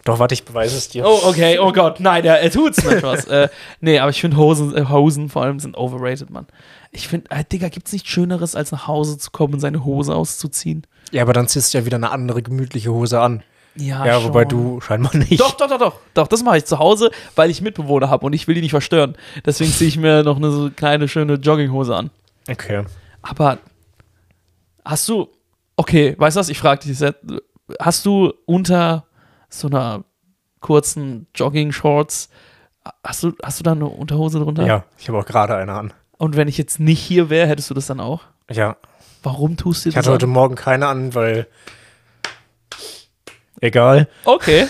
B: Doch, warte, ich beweise es dir.
A: Oh, okay. Oh Gott. Nein, er, er tut's nicht was. äh, nee, aber ich finde Hosen, äh, Hosen vor allem sind overrated, Mann. Ich finde, äh, Digga, gibt's nichts Schöneres, als nach Hause zu kommen und seine Hose auszuziehen?
B: Ja, aber dann ziehst du ja wieder eine andere gemütliche Hose an.
A: Ja,
B: ja, wobei
A: schon.
B: du scheinbar nicht.
A: Doch, doch, doch, doch. Doch, das mache ich zu Hause, weil ich Mitbewohner habe und ich will die nicht verstören. Deswegen ziehe ich mir noch eine so kleine, schöne Jogginghose an.
B: Okay.
A: Aber hast du. Okay, weißt du was? Ich frage dich jetzt. Hast du unter so einer kurzen Jogging-Shorts. Hast du, hast du da eine Unterhose drunter?
B: Ja, ich habe auch gerade eine an.
A: Und wenn ich jetzt nicht hier wäre, hättest du das dann auch?
B: Ja,
A: Warum tust du
B: ich
A: das?
B: hatte heute
A: an?
B: Morgen keine an, weil. Egal.
A: Okay.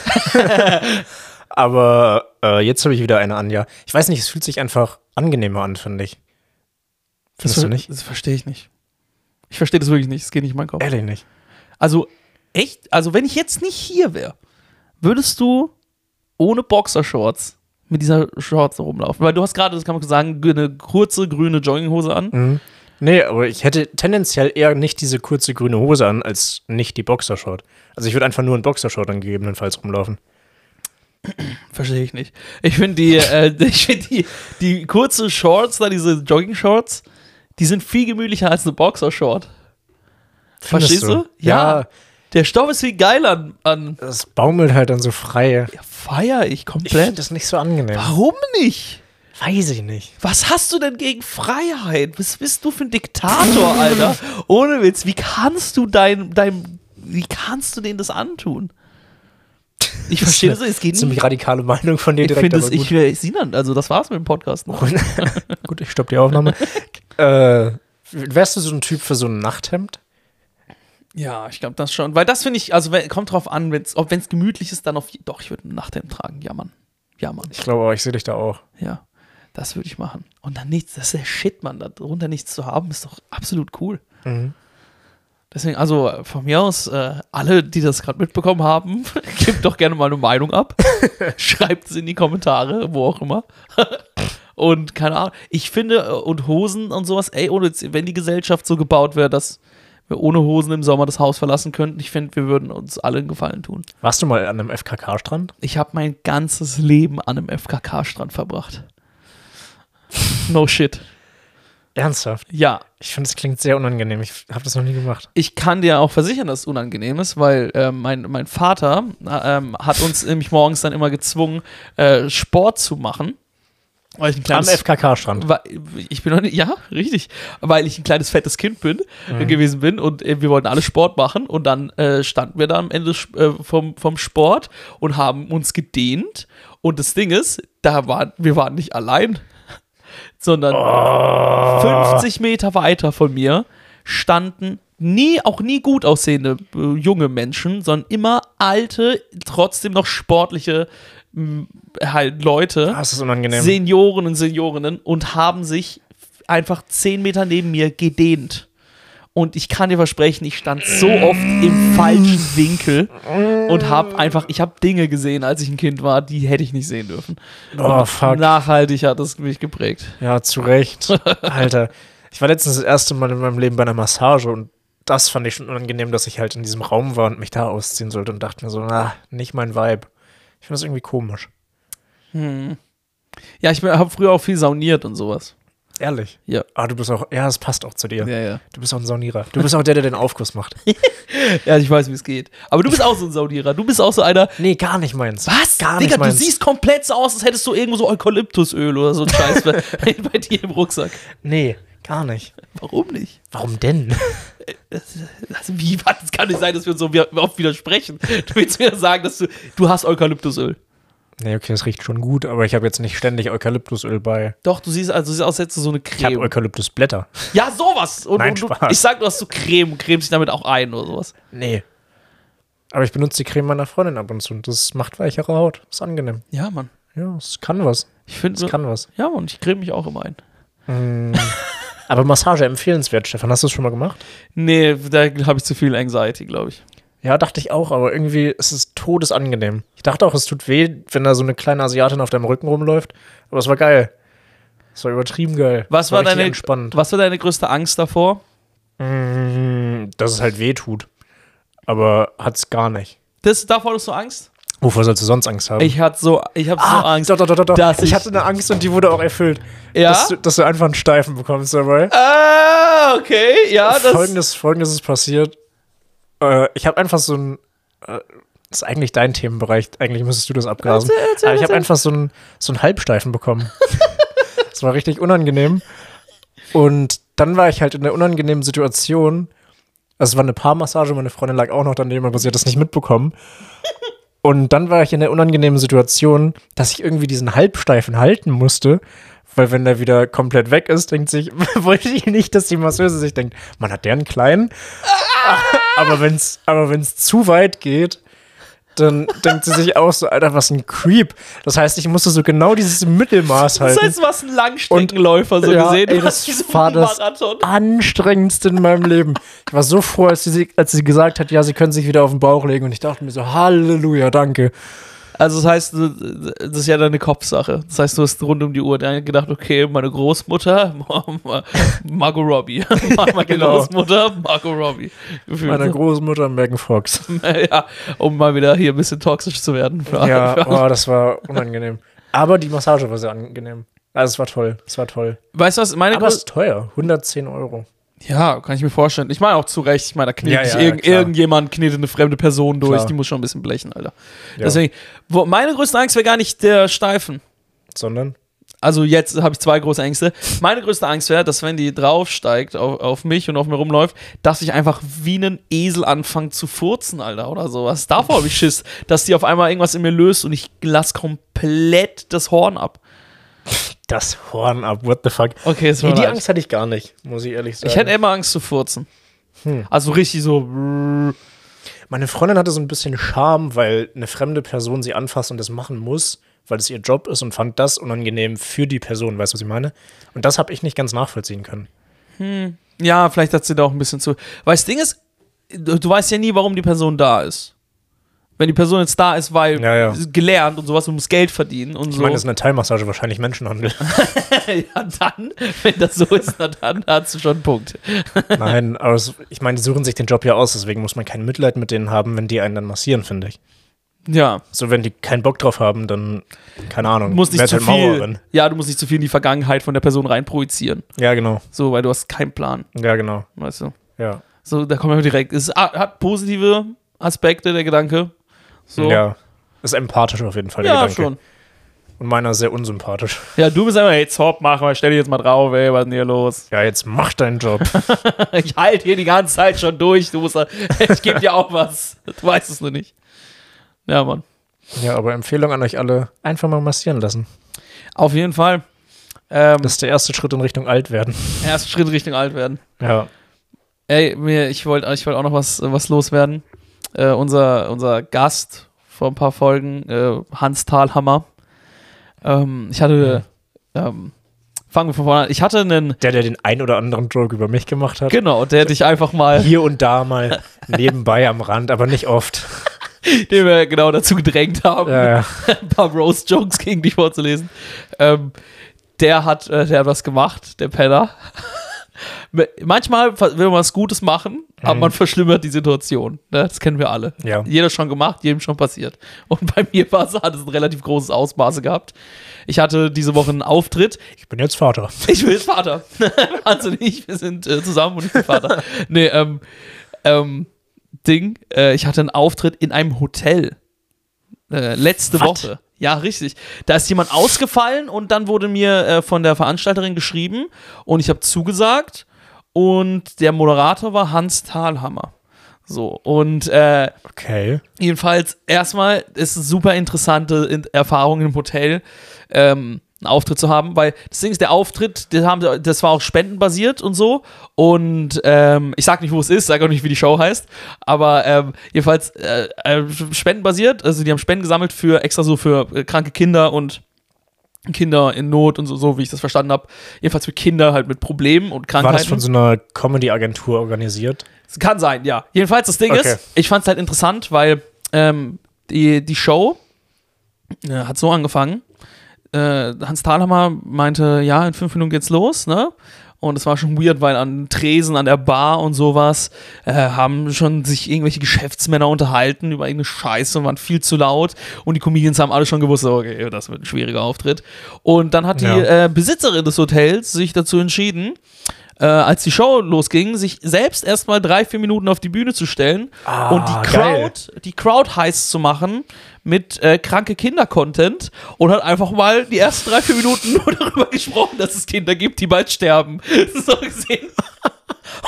B: Aber äh, jetzt habe ich wieder eine an, ja. Ich weiß nicht, es fühlt sich einfach angenehmer an, finde ich. Findest
A: das,
B: du nicht?
A: Das verstehe ich nicht. Ich verstehe das wirklich nicht. Es geht nicht in meinen Kopf.
B: Ehrlich nicht.
A: Also, echt? Also, wenn ich jetzt nicht hier wäre, würdest du ohne Boxershorts Mhm. mit dieser Shorts rumlaufen? Weil du hast gerade, das kann man sagen, eine kurze grüne Jogginghose an.
B: Nee, aber ich hätte tendenziell eher nicht diese kurze grüne Hose an, als nicht die Boxershort. Also ich würde einfach nur in Boxershort dann gegebenenfalls rumlaufen.
A: Verstehe ich nicht. Ich finde die, äh, ich find die, die kurzen Shorts, da diese Jogging-Shorts, die sind viel gemütlicher als eine Boxershort. Verstehst du?
B: Ja.
A: Ja. Der Stoff ist viel geil an. an
B: Das baumelt halt dann so frei.
A: ja, feier ich
B: Ich finde
A: komplett.
B: das nicht so angenehm.
A: Warum nicht?
B: Weiß ich nicht.
A: Was hast du denn gegen Freiheit? Was bist du für ein Diktator, Alter? Ohne Witz, wie kannst du dein, dein, wie kannst du denen das antun? Ich verstehe das, es geht nicht.
B: Ziemlich radikale Meinung von dir
A: Ich
B: direkt,
A: finde
B: aber
A: es, ich
B: gut.
A: will Sinan, also das war's mit dem Podcast. noch.
B: gut, ich stopp die Aufnahme. äh, wärst du so ein Typ für so ein Nachthemd?
A: Ja, ich glaube das schon, weil das finde ich, also wenn- kommt drauf an, wenn's, ob wenn es gemütlich ist, dann auf, je- doch ich würde ein Nachthemd tragen, ja Mann, ja Mann,
B: Ich glaube auch, ich sehe dich da auch.
A: ja, das würde ich machen. Und dann nichts, das ist der Shit, Mann, darunter nichts zu haben, ist doch absolut cool. Deswegen, also äh, von mir aus, äh, alle, die das gerade mitbekommen haben, gebt doch gerne mal eine Meinung ab. Schreibt es in die Kommentare, wo auch immer. und keine Ahnung. Ich finde, äh, und Hosen und sowas, ey, ohne, jetzt- wenn die Gesellschaft so gebaut wäre, dass wir ohne Hosen im Sommer das Haus verlassen könnten, ich finde, wir würden uns alle einen Gefallen tun.
B: Warst du mal an einem FKK-Strand?
A: Ich habe mein ganzes Leben an einem FKK-Strand verbracht. No shit.
B: Ernsthaft?
A: Ja,
B: Ich finde, es klingt sehr unangenehm. Ich habe das noch nie gemacht.
A: ich kann dir auch versichern, dass es unangenehm ist, weil äh, mein, mein Vater äh, ähm, hat uns nämlich morgens dann immer gezwungen, äh, Sport zu machen. Weil ich ein
B: Am
A: kleines.
B: FKK-Strand.
A: Weil ich bin noch nicht, ja, richtig. Weil ich ein kleines fettes Kind bin äh, gewesen bin und äh, wir wollten alle Sport machen und dann äh, standen wir da am Ende des Sp- äh, vom, vom Sport und haben uns gedehnt. Und das Ding ist, da waren, wir waren nicht allein, sondern 50 Meter weiter von mir standen nie, auch nie gut aussehende äh, junge Menschen, sondern immer alte, trotzdem noch sportliche m, halt Leute.
B: Ah, es ist unangenehm.
A: Senioren und Seniorinnen und haben sich einfach zehn Meter neben mir gedehnt. Und ich kann dir versprechen, ich stand so oft im falschen Winkel und habe einfach, ich habe Dinge gesehen, als ich ein Kind war, die hätte ich nicht sehen dürfen.
B: oh, fuck.
A: Nachhaltig hat das mich geprägt.
B: Ja, zu Recht. Alter. Ich war letztens das erste Mal in meinem Leben bei einer Massage und das fand ich schon unangenehm, dass ich halt in diesem Raum war und mich da ausziehen sollte und dachte mir so, na, nicht mein Vibe. Ich finde das irgendwie komisch.
A: Ja, ich habe früher auch viel sauniert und sowas.
B: Ehrlich.
A: Ja.
B: Ah, du bist auch, ja, es passt auch zu dir.
A: ja.
B: Du bist auch ein Saunierer. Du bist auch der, der den Aufguss macht.
A: Ja, ich weiß, wie es geht. Aber du bist auch so ein Saunierer. Du bist auch so einer.
B: Nee, gar nicht meins.
A: Was?
B: Gar
A: Digga,
B: nicht meins.
A: du siehst komplett so aus, als hättest du irgendwo so Eukalyptusöl oder so ein Scheiß bei, bei dir im Rucksack.
B: Nee, gar nicht.
A: Warum nicht?
B: Warum denn?
A: Also wie, was? Es kann nicht sein, dass wir uns so wieder- oft widersprechen. Du willst mir sagen, dass du, du hast Eukalyptusöl.
B: Nee, okay, das riecht schon gut, aber ich habe jetzt nicht ständig Eukalyptusöl bei.
A: Doch, du siehst, also du siehst aus, als hättest du so eine
B: Ich habe
A: Creme.
B: Eukalyptusblätter.
A: ja, sowas. Und,
B: Nein,
A: und, du-
B: Spaß.
A: ich sag, du hast so Creme und cremst dich damit auch ein oder sowas.
B: Nee. Aber ich benutze die Creme meiner Freundin ab und zu und das macht weichere Haut. Ist angenehm.
A: Ja, Mann.
B: Ja, es kann was.
A: Ich finde
B: Es
A: so.
B: kann was.
A: Ja, Mann, ich creme mich auch immer ein.
B: Aber Massage empfehlenswert, Stefan. Hast du es schon mal gemacht?
A: Nee, da habe ich zu viel Anxiety, glaube ich.
B: Ja, dachte ich auch, aber irgendwie ist es todesangenehm. Ich dachte auch, es tut weh, wenn da so eine kleine Asiatin auf deinem Rücken rumläuft. Aber es war geil. Es war übertrieben geil.
A: Was
B: Es
A: war,
B: richtig
A: deine,
B: entspannt.
A: was war deine größte Angst davor?
B: Mm, Dass es halt weh tut. Aber hat's gar nicht.
A: Das, davor hast du Angst?
B: Wovor sollst du sonst Angst haben? Ah,
A: Ich hatte so, ich habe so Angst.
B: Doch, doch, doch, doch, doch.
A: dass
B: ich,
A: ich-
B: hatte eine Angst und die wurde auch erfüllt.
A: Ja?
B: Dass du, dass du einfach einen Steifen bekommst dabei.
A: Ah, okay, ja, das.
B: Äh, Folgendes, Folgendes ist passiert. Äh, ich habe einfach so ein. Äh, das ist eigentlich dein Themenbereich. Eigentlich müsstest du das abgrasen.
A: Erzähl, erzähl,
B: Aber ich habe
A: erzähl.
B: einfach so einen so einen Halbsteifen bekommen. das war richtig unangenehm. Und dann war ich halt in der unangenehmen Situation. Also es war eine Paarmassage, meine Freundin lag auch noch daneben, aber sie hat das nicht mitbekommen. Und dann war ich in der unangenehmen Situation, dass ich irgendwie diesen Halbsteifen halten musste, weil wenn der wieder komplett weg ist, denkt sich, wollte ich nicht, dass die Masseuse sich denkt, man hat der einen kleinen.
A: Ah!
B: aber wenn's, aber wenn's zu weit geht, dann denkt sie sich auch so, Alter, was ein Creep. Das heißt, ich musste so genau dieses Mittelmaß halten.
A: Das heißt, du warst ein Langstreckenläufer, so
B: Ja,
A: gesehen. Du
B: ey,
A: hast
B: das
A: wie so
B: war
A: einen
B: das
A: Marathon.
B: anstrengendste in meinem Leben. Ich war so froh, als sie, als sie gesagt hat, ja, sie können sich wieder auf den Bauch legen. Und ich dachte mir so, Halleluja, danke.
A: Also das heißt, das ist ja deine Kopfsache. Das heißt, du hast rund um die Uhr dann gedacht, okay, meine Großmutter, Margot Robbie. Meine
B: genau.
A: Großmutter, Margot Robbie. Gefühlt.
B: Meiner Großmutter Megan Fox.
A: ja, um mal wieder hier ein bisschen toxisch zu werden. Für
B: Ja,
A: für
B: oh, das war unangenehm. Aber die Massage war sehr angenehm. Also es war toll, es war toll.
A: Weißt du was, meine
B: Aber es
A: Groß-
B: ist teuer, 110 Euro.
A: Ja, kann ich mir vorstellen. Ich meine auch zu Recht, ich meine, da knetet
B: Ja,
A: sich
B: ja,
A: irgend,
B: klar.
A: irgendjemand knetet eine fremde Person durch,
B: Klar.
A: die muss schon ein bisschen blechen, Alter.
B: Ja.
A: Deswegen, wo, meine größte Angst wäre gar nicht der Steifen.
B: Sondern?
A: Also jetzt habe ich zwei große Ängste. Meine größte Angst wäre, dass wenn die draufsteigt auf, auf mich und auf mir rumläuft, dass ich einfach wie einen Esel anfange zu furzen, Alter, oder sowas. Davor habe ich Schiss, dass die auf einmal irgendwas in mir löst und ich lass komplett das Horn ab.
B: Das Horn ab, what the fuck.
A: Okay, das
B: Nee,
A: war
B: die
A: leid.
B: Angst hatte ich gar nicht, muss ich ehrlich sagen.
A: Ich hätte immer Angst zu furzen.
B: Hm.
A: Also richtig so.
B: Meine Freundin hatte so ein bisschen Scham, weil eine fremde Person sie anfasst und das machen muss, weil es ihr Job ist und fand das unangenehm für die Person, weißt du, was ich meine? Und das habe ich nicht ganz nachvollziehen können.
A: Ja, vielleicht hat sie da auch ein bisschen zu. Weil das Ding ist, du, du weißt ja nie, warum die Person da ist. Wenn die Person jetzt da ist, weil
B: Ja, ja.
A: gelernt und sowas, du musst Geld verdienen und
B: Ich
A: so.
B: meine, das ist eine Teilmassage, wahrscheinlich Menschenhandel.
A: ja, dann, wenn das so ist, na dann hast du schon einen Punkt.
B: Nein, aber es, ich meine, die suchen sich den Job ja aus, deswegen muss man kein Mitleid mit denen haben, wenn die einen dann massieren, finde ich.
A: Ja,
B: So, wenn die keinen Bock drauf haben, dann, keine Ahnung,
A: du musst nicht
B: werd
A: zu
B: halt
A: viel. Ja, du musst nicht zu viel in die Vergangenheit von der Person reinprojizieren.
B: Ja, genau.
A: So, weil du hast keinen Plan,
B: Ja, genau.
A: weißt du.
B: Ja.
A: So, da kommen wir direkt. Es a- hat positive Aspekte, der Gedanke. So.
B: Ja. Ist empathisch auf jeden Fall, der
A: Ja,
B: Gedanke.
A: schon.
B: Und meiner ist sehr unsympathisch.
A: Ja, du bist einfach, hey, Zopp, mach mal, stell dich jetzt mal drauf, ey, was ist denn hier los?
B: Ja, jetzt mach deinen Job.
A: Ich halte hier die ganze Zeit schon durch, du musst, da- ich gebe dir auch was. Du weißt es nur nicht. Ja, Mann.
B: ja, aber Empfehlung an euch alle, einfach mal massieren lassen.
A: Auf jeden Fall. Ähm,
B: Das ist der erste Schritt in Richtung alt werden.
A: erster Schritt Richtung alt werden.
B: Ja.
A: Ey, mir, ich wollte ich wollt auch noch was, was loswerden. Äh, unser, unser Gast vor ein paar Folgen, äh, Hans Thalhammer. Ähm, ich hatte, ähm, fangen wir von vorne an. Ich hatte einen,
B: Der, der den ein oder anderen Joke über mich gemacht hat.
A: genau, der hätte ich einfach mal,
B: Hier und da mal nebenbei am Rand, aber nicht oft.
A: den wir genau dazu gedrängt haben,
B: Ja, ja.
A: ein paar Rose-Jokes gegen dich vorzulesen. Ähm, der hat, äh, der hat was gemacht, der Penner. Manchmal ver- will man was Gutes machen, aber man verschlimmert die Situation. Ne? Das kennen wir alle.
B: Ja.
A: Jeder schon gemacht, jedem schon passiert. Und bei mir war es, hat es ein relativ großes Ausmaße gehabt. Ich hatte diese Woche einen Auftritt.
B: Ich bin jetzt Vater.
A: Ich bin jetzt Vater. Hans und ich, wir sind äh, zusammen und ich bin Vater. Nee, ähm, ähm, Ding, äh, ich hatte einen Auftritt in einem Hotel. Äh, letzte
B: Was?
A: Woche. Ja, richtig. Da ist jemand ausgefallen und dann wurde mir äh, von der Veranstalterin geschrieben und ich habe zugesagt und der Moderator war Hans Thalhammer. So, und äh,
B: Okay.
A: Jedenfalls, erstmal ist es super interessante in Erfahrung im Hotel, ähm, einen Auftritt zu haben, weil das Ding ist, der Auftritt, das, haben, das war auch spendenbasiert und so. Und ähm, ich sag nicht, wo es ist, sag auch nicht, wie die Show heißt, aber ähm, jedenfalls äh, äh, spendenbasiert, also die haben Spenden gesammelt für extra so für äh, kranke Kinder und Kinder in Not und so, so wie ich das verstanden habe. Jedenfalls für Kinder halt mit Problemen und
B: War
A: Krankheiten.
B: das von so einer Comedy-Agentur organisiert?
A: Es kann sein, ja. Jedenfalls, das Ding
B: Okay.
A: ist, ich fand es halt interessant, weil ähm, die, die Show äh, hat so angefangen. Äh, Hans Thalhammer meinte, ja, in fünf Minuten geht's los, ne? Und es war schon weird, weil an Tresen, an der Bar und sowas äh, haben schon sich irgendwelche Geschäftsmänner unterhalten über irgendeine Scheiße und waren viel zu laut. Und die Comedians haben alle schon gewusst, so, okay, das wird ein schwieriger Auftritt. Und dann hat die
B: Ja.
A: äh, Besitzerin des Hotels sich dazu entschieden, äh, als die Show losging, sich selbst erstmal drei, vier Minuten auf die Bühne zu stellen
B: Ah,
A: und die
B: geil.
A: Crowd, die Crowd heiß zu machen mit äh, kranke Kinder-Content und hat einfach mal die ersten drei, vier Minuten nur darüber gesprochen, dass es Kinder gibt, die bald sterben. so gesehen.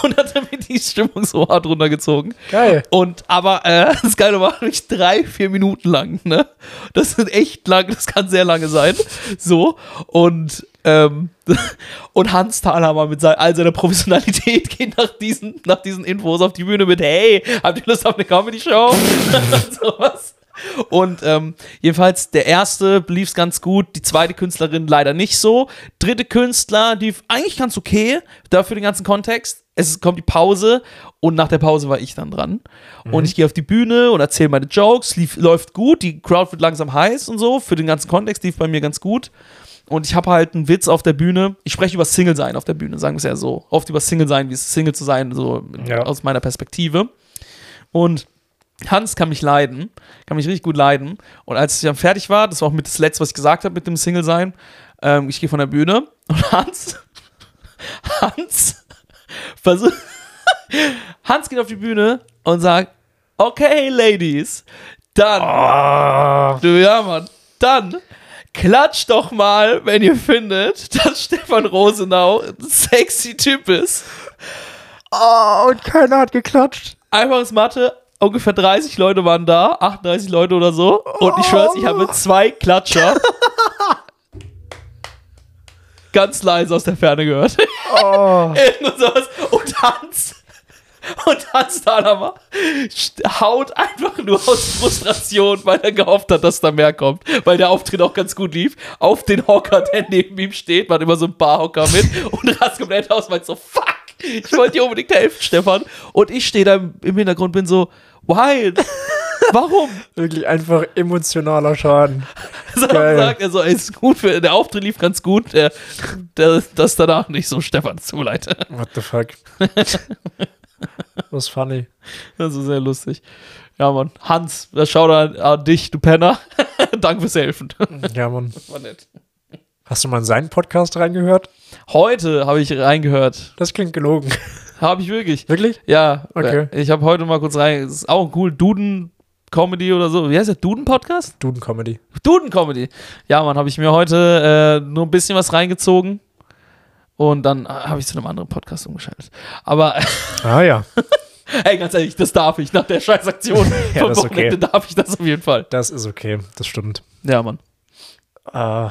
A: Und hat damit die Stimmung so hart runtergezogen.
B: Geil.
A: Und aber äh, das Geile war nicht drei, vier Minuten lang, ne? Das sind echt lang, das kann sehr lange sein. So. Und, ähm, und Hans Thalhammer mit sein, all seiner Professionalität geht nach diesen, nach diesen Infos auf die Bühne mit, hey, habt ihr Lust auf eine Comedy-Show? Und sowas. Und ähm, jedenfalls der erste lief es ganz gut, die zweite Künstlerin leider nicht so. Dritte Künstler lief eigentlich ganz okay, dafür den ganzen Kontext. Es kommt die Pause und nach der Pause war ich dann dran. Und ich gehe auf die Bühne und erzähle meine Jokes, lief, läuft gut, die Crowd wird langsam heiß und so. Für den ganzen Kontext lief bei mir ganz gut. Und ich habe halt einen Witz auf der Bühne. Ich spreche über Single sein auf der Bühne, sagen wir es ja so. Oft über Single sein, wie es ist, Single zu sein, so
B: Ja.
A: aus meiner Perspektive. Und Hans kann mich leiden, kann mich richtig gut leiden. Und als ich dann fertig war, das war auch mit das Letzte, was ich gesagt habe mit dem Single sein, ähm, ich gehe von der Bühne und Hans, Hans, versuch, Hans geht auf die Bühne und sagt, okay, Ladies, dann
B: Ah,
A: Du, ja, Mann. Dann klatscht doch mal, wenn ihr findet, dass Stefan Rosenau ein sexy Typ ist.
B: ah, und keiner hat geklatscht.
A: Einfaches Mathe. Ungefähr 30 Leute waren da, 38 Leute oder so. Und ich schwör's, ich habe zwei Klatscher. Ganz leise aus der Ferne gehört.
B: Oh.
A: Irgend und sowas. Und Hans. Und Hans Dahlhammer st- haut einfach nur aus Frustration, weil er gehofft hat, dass da mehr kommt. Weil der Auftritt auch ganz gut lief. Auf den Hocker, der neben ihm steht, man hat immer so ein Barhocker mit und rast komplett aus und meint so, fuck, ich wollte dir unbedingt helfen, Stefan. Und ich stehe da im im Hintergrund bin so, why? Warum?
B: Wirklich einfach emotionaler Schaden.
A: So,
B: Geil.
A: sagt er so, ey, ist gut, für, der Auftritt lief ganz gut, äh, das, das danach nicht so, Stefan, tut mir leid.
B: What the fuck? Was funny.
A: Das ist sehr lustig. Ja, Mann. Hans, das schaut an, an dich, du Penner. Danke fürs Helfen.
B: Ja, Mann.
A: War nett.
B: Hast du mal in seinen Podcast reingehört?
A: Heute habe ich reingehört.
B: Das klingt gelogen.
A: Habe ich wirklich.
B: Wirklich?
A: Ja, äh,
B: Okay.
A: ich habe heute mal kurz rein. Ist auch cool. Duden Comedy oder so. Wie heißt der? Duden Podcast?
B: Duden Comedy.
A: Duden Comedy. Ja, Mann, habe ich mir heute äh, nur ein bisschen was reingezogen. Und dann äh, habe ich zu einem anderen Podcast umgeschaltet. Aber
B: Ah ja,
A: ey, ganz ehrlich, das darf ich. Nach der Scheißaktion
B: Ja,
A: vom
B: das ist okay.
A: Wochenende darf ich das auf jeden Fall.
B: das ist okay. Das stimmt.
A: Ja, Mann.
B: Ah,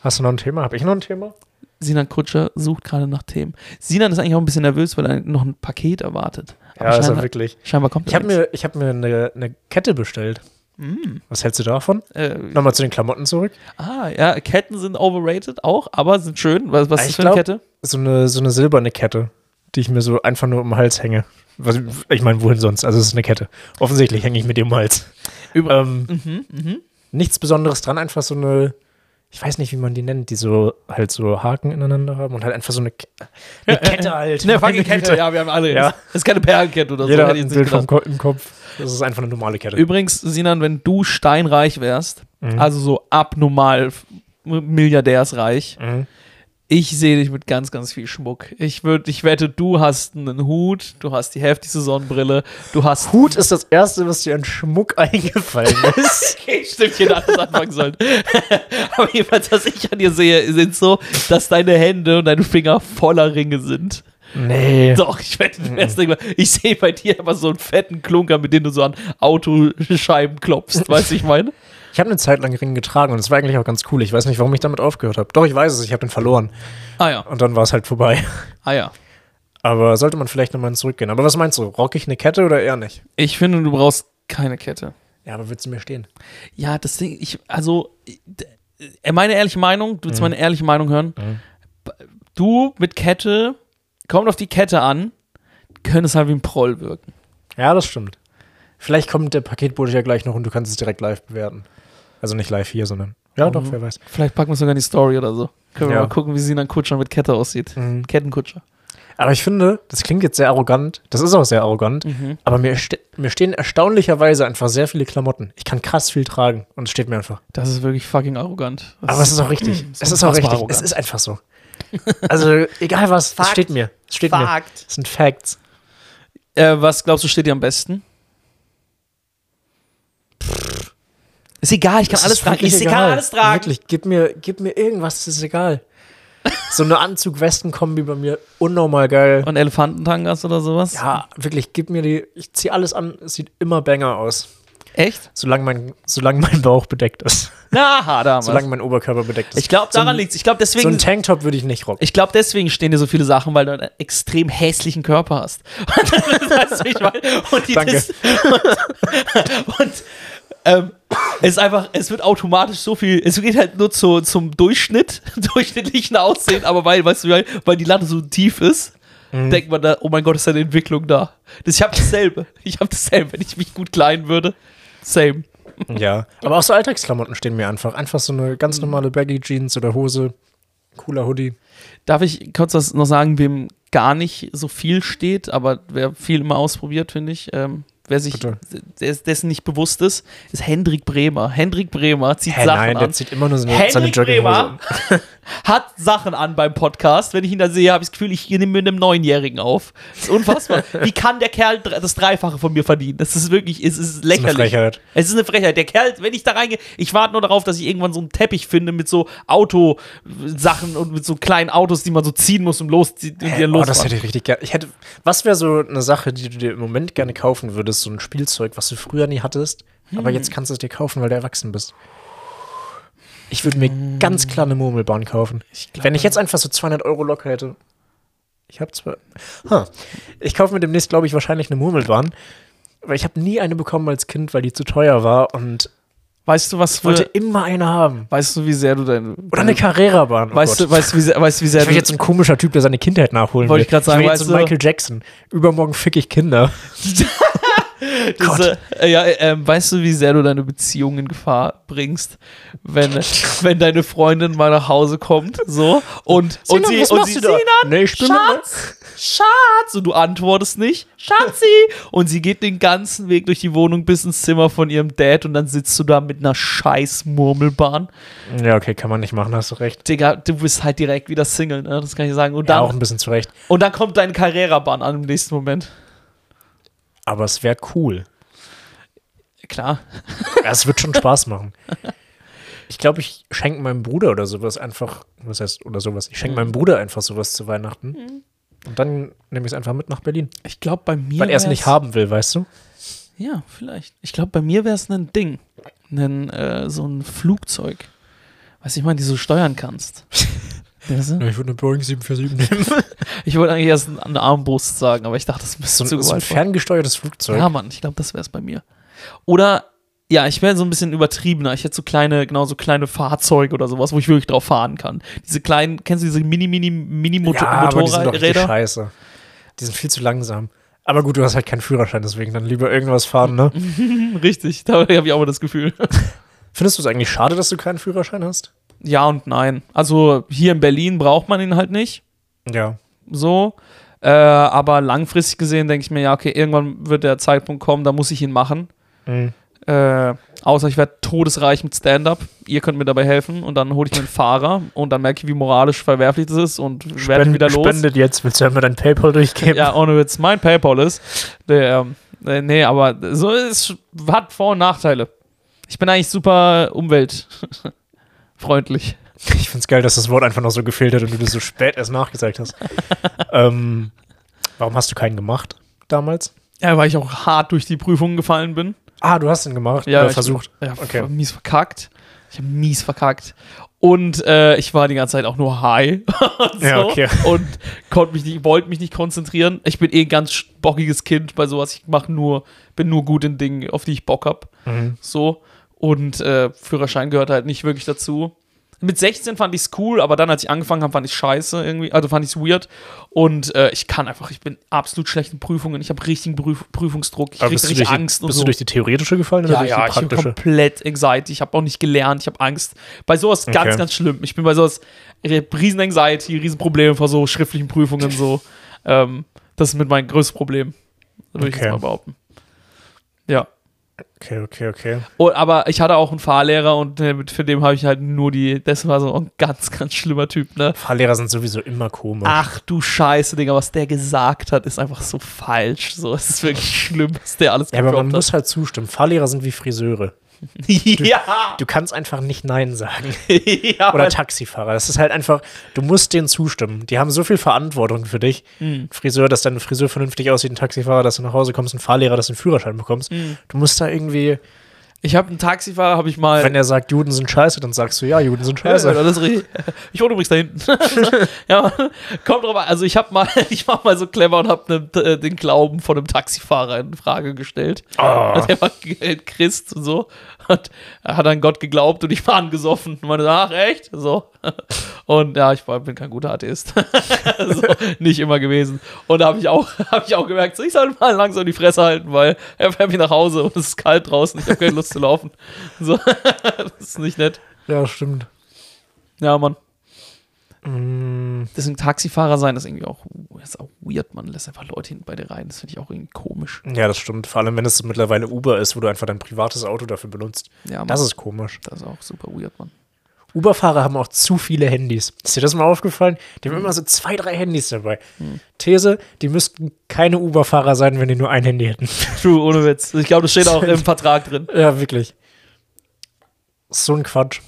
B: hast du noch ein Thema? Habe ich noch ein Thema?
A: Sinan Kutscher sucht gerade nach Themen. Sinan ist eigentlich auch ein bisschen nervös, weil er noch ein Paket erwartet. Aber
B: Ja, ist er
A: scheinbar,
B: wirklich.
A: scheinbar kommt
B: Ich habe
A: nichts.
B: mir, ich hab mir eine, eine Kette bestellt. Was hältst du davon?
A: Äh,
B: Nochmal zu den Klamotten zurück.
A: ah, ja, Ketten sind overrated auch, aber sind schön. Was, was
B: Ah,
A: ist
B: ich
A: für eine
B: glaub-
A: Kette?
B: So eine, so eine silberne Kette, die ich mir so einfach nur um den Hals hänge. Was, ich meine, wohin sonst? Also, es ist eine Kette. Offensichtlich hänge ich mit dir um den Hals.
A: Über- Mhm,
B: ähm, Nichts Besonderes dran, einfach so eine. Ich weiß nicht, wie man die nennt, die so halt so Haken ineinander haben und halt einfach so eine, Ke- eine Kette halt.
A: Ne,
B: Meine
A: fucking Kette,
B: Güte.
A: ja, wir haben alle.
B: Ja.
A: Das ist keine Perlenkette oder
B: Jeder
A: so.
B: hat
A: hätte ich
B: ein
A: jetzt
B: Bild
A: nicht
B: vom
A: gedacht.
B: Ko im Kopf. Das ist einfach eine normale Kette.
A: Übrigens, Sinan, wenn du steinreich wärst,
B: Mhm.
A: also so abnormal f- milliardärsreich,
B: Mhm.
A: ich sehe dich mit ganz, ganz viel Schmuck. Ich würde, ich wette, du hast einen Hut, du hast die heftigste Sonnenbrille, du hast
B: Hut ist das Erste, was dir an Schmuck eingefallen ist.
A: Okay, stimmt, hier hat das anfangen sollen. Aber jedenfalls, was ich an dir sehe, sind so, dass deine Hände und deine Finger voller Ringe sind.
B: nee.
A: Doch, ich wette, du wärst irgendwann- ich sehe bei dir aber so einen fetten Klunker, mit dem du so an Autoscheiben klopfst, weißt du, ich meine?
B: Ich habe eine Zeit lang Ring getragen und es war eigentlich auch ganz cool. Ich weiß nicht, warum ich damit aufgehört habe. Doch, ich weiß es, ich habe den verloren.
A: Ah ja,
B: Und dann war es halt vorbei.
A: ah ja.
B: Aber sollte man vielleicht nochmal zurückgehen. Aber was meinst du? Rock ich eine Kette oder eher nicht?
A: Ich finde, du brauchst keine Kette.
B: Ja, aber würdest du mir stehen?
A: Ja, das Ding, ich, also, ich- d- äh, meine ehrliche Meinung, du willst meine ehrliche Meinung hören. B- Du mit Kette, kommt auf die Kette an, könntest halt wie ein Proll wirken.
B: Ja, das stimmt. Vielleicht kommt der Paketbote ja gleich noch und du kannst es direkt live bewerten. Also nicht live hier, sondern. Ja, doch,
A: Mhm.
B: wer weiß.
A: Vielleicht packen wir sogar in die Story oder so. Können wir
B: Ja.
A: mal gucken, wie Sinan Kutscher mit Kette aussieht. Kettenkutscher.
B: Aber ich finde, das klingt jetzt sehr arrogant. Das ist auch sehr arrogant.
A: Mhm.
B: Aber mir, ste mir stehen erstaunlicherweise einfach sehr viele Klamotten. Ich kann krass viel tragen und es steht mir einfach.
A: Das ist wirklich fucking arrogant. Das
B: Aber es ist auch richtig. es ist auch
A: unfassbar
B: richtig.
A: arrogant.
B: Es ist einfach so. Also, egal was, es steht mir. Es steht mir. Es sind Facts.
A: Äh, was glaubst du, steht dir am besten? Ist egal, ich kann
B: Es
A: alles
B: ist
A: tragen.
B: wirklich
A: Ist egal, alles tragen.
B: Wirklich, gib mir, gib mir irgendwas, es ist egal. So eine Anzug-Westen-Kombi bei mir, unnormal geil.
A: Und Elefantentangas oder sowas?
B: ja, wirklich, gib mir die. Ich zieh alles an, es sieht immer banger aus.
A: Echt?
B: Solange mein, solange mein Bauch bedeckt ist.
A: Na, damals.
B: Solange mein Oberkörper bedeckt ist.
A: ich glaube,
B: so ein-
A: daran liegt's. Ich glaube,
B: So
A: deswegen.
B: einen Tanktop würde ich nicht rocken.
A: Ich glaube, deswegen stehen dir so viele Sachen, weil du einen extrem hässlichen Körper hast. weißt du, ich meine? Und, die
B: Danke.
A: das- und, und Ähm, es ist einfach, es wird automatisch so viel, es geht halt nur zu, zum Durchschnitt, durchschnittlichen Aussehen, aber weil, weißt du, weil, weil die Latte so tief ist, denkt man da, oh mein Gott, ist da eine Entwicklung da. Das, ich habe dasselbe. Ich habe dasselbe, wenn ich mich gut kleiden würde. Same.
B: Ja. Aber auch so Alltagsklamotten stehen mir einfach. Einfach so eine
A: Mhm.
B: ganz normale Baggy Jeans oder Hose, cooler Hoodie.
A: Darf ich kurz was noch sagen, wem gar nicht so viel steht, aber wer viel immer ausprobiert, finde ich, ähm, wer sich
B: Bitte.
A: des- dessen nicht bewusst ist, ist Hendrik Bremer. Hendrik Bremer zieht
B: Hä,
A: Sachen
B: nein, der
A: an.
B: zieht immer nur seine, seine
A: Hendrik
B: Jogginghose.
A: Bremer
B: an.
A: hat Sachen an beim Podcast. Wenn ich ihn da sehe, habe ich das Gefühl, ich nehme mit einem Neunjährigen auf. Das ist unfassbar. Wie kann der Kerl dr- das Dreifache von mir verdienen? Das ist wirklich, es ist
B: ist eine
A: lächerlich.
B: Frechheit.
A: Es ist eine Frechheit. Der Kerl, wenn ich da reingehe, ich warte nur darauf, dass ich irgendwann so einen Teppich finde mit so Autosachen und mit so kleinen Autos, die man so ziehen muss, um los, die, die
B: Hä,
A: dann
B: oh, das
A: losfahren.
B: hätte ich richtig gerne. Ich hätte, was wäre so eine Sache, die du dir im Moment gerne kaufen würdest? So ein Spielzeug, was du früher nie hattest, aber
A: Hm.
B: jetzt kannst du es dir kaufen, weil du erwachsen bist. Ich würde mir ganz klar eine Murmelbahn kaufen.
A: Hm. glaub,
B: Wenn ich jetzt einfach so 200 Euro locker hätte. Ich habe zwar. Huh. Ich kaufe mir demnächst, glaube ich, wahrscheinlich eine Murmelbahn. Weil ich habe nie eine bekommen als Kind, weil die zu teuer war und
A: weißt du, was
B: wollte
A: für,
B: immer eine haben.
A: weißt du, wie sehr du dein,
B: Oder eine Carrera-Bahn. Oh
A: Äh. weißt du,
B: Gott.
A: weißt du, wie sehr, weißt du, wie sehr
B: Ich bin jetzt so ein komischer Typ, der seine Kindheit nachholen
A: Wollte
B: will.
A: ich grad sagen,
B: ich bin jetzt
A: weißt
B: so ein
A: du-
B: Michael Jackson. Übermorgen fick ich Kinder.
A: Diese, äh, ja, ähm, weißt du, wie sehr du deine Beziehung in Gefahr bringst, wenn, wenn deine Freundin mal nach Hause kommt, so und und
B: Sinan,
A: sie
B: was
A: und
B: machst
A: sie
B: du da?
A: Sinan,
B: Nee, ich bin mit meinem-
A: Schatz, Schatz und du antwortest nicht, Schatzi und sie geht den ganzen Weg durch die Wohnung bis ins Zimmer von ihrem Dad und dann sitzt du da mit einer scheiß Murmelbahn.
B: Ja, okay, kann man nicht machen, hast du recht.
A: Digga, du bist halt direkt wieder Single, ne? das kann ich sagen. Und
B: Da auch
A: dann,
B: ein bisschen zurecht.
A: und dann kommt deine Carrera-Bahn an im nächsten Moment.
B: Aber es wäre cool.
A: Klar.
B: Ja, es wird schon Spaß machen. Ich glaube, ich schenke meinem Bruder oder sowas einfach, was heißt, oder sowas.
A: Mhm.
B: Ich schenke meinem Bruder einfach sowas zu Weihnachten. Und dann nehme ich es einfach mit nach Berlin.
A: Ich glaube, bei mir.
B: Weil er es nicht
A: wär's-
B: haben will, weißt du?
A: Ja, vielleicht. Ich glaube, bei mir wäre es ein Ding. Nen, äh, so ein Flugzeug. Weiß ich mal, die du so steuern kannst. Weißt du?
B: Ich würde eine Boeing 747 nehmen.
A: ich wollte eigentlich erst ein- eine Armbrust sagen, aber ich dachte, das müsste zu
B: So, ein- so ein
A: gewaltvoll.
B: ferngesteuertes Flugzeug.
A: Ja, Mann, ich glaube, das wäre es bei mir. Oder, ja, ich wäre so ein bisschen übertriebener. Ich hätte so kleine, genau so kleine Fahrzeuge oder sowas, wo ich wirklich drauf fahren kann. Diese kleinen, kennst du diese mini, mini, mini Motor
B: ja, aber die sind doch richtig
A: Motorräder?
B: scheiße. Die sind viel zu langsam. Aber gut, du hast halt keinen Führerschein, deswegen dann lieber irgendwas fahren, ne?
A: Richtig, da habe ich auch mal das Gefühl.
B: Findest du es eigentlich schade, dass du keinen Führerschein hast?
A: ja und nein. Also, hier in Berlin braucht man ihn halt nicht.
B: Ja.
A: so. Äh, aber langfristig gesehen denke ich mir, ja, okay, irgendwann wird der Zeitpunkt kommen, da muss ich ihn machen.
B: Mhm.
A: Äh, außer ich werde todesreich mit Stand-up. Ihr könnt mir dabei helfen und dann hole ich mir einen Fahrer und dann merke ich, wie moralisch verwerflich das ist und werde wieder los.
B: Spendet jetzt, willst du einmal dein PayPal durchgeben?
A: Ja, ohne Witz, mein PayPal ist. Der, ähm, äh, nee, aber so ist, hat Vor- und Nachteile. Ich bin eigentlich super umweltfreundlich.
B: Ich find's geil, dass das Wort einfach noch so gefehlt hat und du das so spät erst nachgezeigt hast. ähm, warum hast du keinen gemacht damals?
A: Ja, weil ich auch hart durch die Prüfungen gefallen bin.
B: Ah, du hast ihn gemacht.
A: Ja,
B: oder
A: ich-
B: versucht.
A: Ja,
B: Okay.
A: okay. mies verkackt. Ich habe mies verkackt. Und äh, ich war die ganze Zeit auch nur high und, so,
B: Ja, okay.
A: und konnte mich nicht, wollte mich nicht konzentrieren. Ich bin eh ein ganz bockiges Kind bei sowas. Ich mache nur, bin nur gut in Dingen, auf die ich Bock hab.
B: Mhm.
A: So. Und äh, Führerschein gehört halt nicht wirklich dazu. Mit 16 fand ich's cool, aber dann, als ich angefangen habe, fand ich scheiße irgendwie. Also fand ich's weird. Und äh, ich kann einfach, ich bin absolut schlecht in Prüfungen. Ich habe richtigen Prüf Prüfungsdruck. Ich
B: Aber
A: krieg
B: bist du,
A: richtig
B: durch,
A: Angst
B: die,
A: und
B: bist
A: so
B: du durch die theoretische gefallen oder
A: ja,
B: durch
A: ja,
B: die
A: ich bin
B: praktische?
A: komplett anxiety. Ich habe auch nicht gelernt. Ich habe Angst. Bei sowas ganz,
B: Okay.
A: ganz schlimm. Ich bin bei sowas ich hab riesen Anxiety, riesen Probleme vor so schriftlichen Prüfungen so. ähm, das ist mit meinem größten Problem. Würde ich
B: Okay.
A: jetzt mal behaupten. Ja.
B: okay, okay, okay.
A: Und, aber ich hatte auch einen Fahrlehrer und äh, mit- für den habe ich halt nur die. Das war so ein ganz, ganz schlimmer Typ, ne?
B: Fahrlehrer sind sowieso immer komisch.
A: Ach du Scheiße, Digga, was der gesagt hat, ist einfach so falsch. So, es ist wirklich schlimm, was der alles
B: ja, aber man
A: gedroppt
B: muss halt zustimmen. Fahrlehrer sind wie Friseure.
A: hat. ja!
B: Du kannst einfach nicht Nein sagen.
A: ja!
B: Oder Taxifahrer. Das ist halt einfach, du musst denen zustimmen. Die haben so viel Verantwortung für dich.
A: Mhm.
B: Friseur, dass dein Friseur vernünftig aussieht, ein Taxifahrer, dass du nach Hause kommst, ein Fahrlehrer, dass du einen Führerschein bekommst.
A: Mhm.
B: Du musst da irgendwie,
A: ich habe einen Taxifahrer, habe ich mal.
B: wenn er sagt, Juden sind scheiße, dann sagst du, ja, Juden sind
A: Äh, Ja,
B: scheiße.
A: das ist richtig. Ich wohne übrigens da hinten. ja, kommt drauf an. Also ich habe mal, ich war mal so clever und habe ne, äh, den Glauben von einem Taxifahrer in Frage gestellt. Also
B: Ah.
A: Der war Christ und so. hat, hat an Gott geglaubt und ich war angesoffen. Und meine, ach, echt? So. Und ja, ich war, bin kein guter Atheist. so, nicht immer gewesen. Und da habe ich, auch- hab ich auch gemerkt, so, ich soll mal langsam die Fresse halten, weil er fährt mich nach Hause und es ist kalt draußen. Ich habe keine Lust zu laufen. So. das ist nicht nett.
B: Ja, stimmt.
A: Ja, Mann.
B: Mm,
A: Deswegen Taxifahrer sein ist irgendwie auch, das ist auch weird. Man lässt einfach Leute hinten bei dir rein. Das finde ich auch irgendwie komisch.
B: Ja, das stimmt. Vor allem, wenn es mittlerweile Uber ist, wo du einfach dein privates Auto dafür benutzt.
A: Ja, Mann.
B: Das ist komisch.
A: das ist auch super weird, Mann.
B: Uber-Fahrer haben auch zu viele Handys. Ist dir das mal aufgefallen? Die haben immer so zwei, drei Handys dabei. These, die müssten keine Uber-Fahrer sein, wenn die nur ein Handy hätten.
A: True, ohne Witz. Ich glaube, das steht auch im Vertrag drin.
B: ja, wirklich. So ein Quatsch.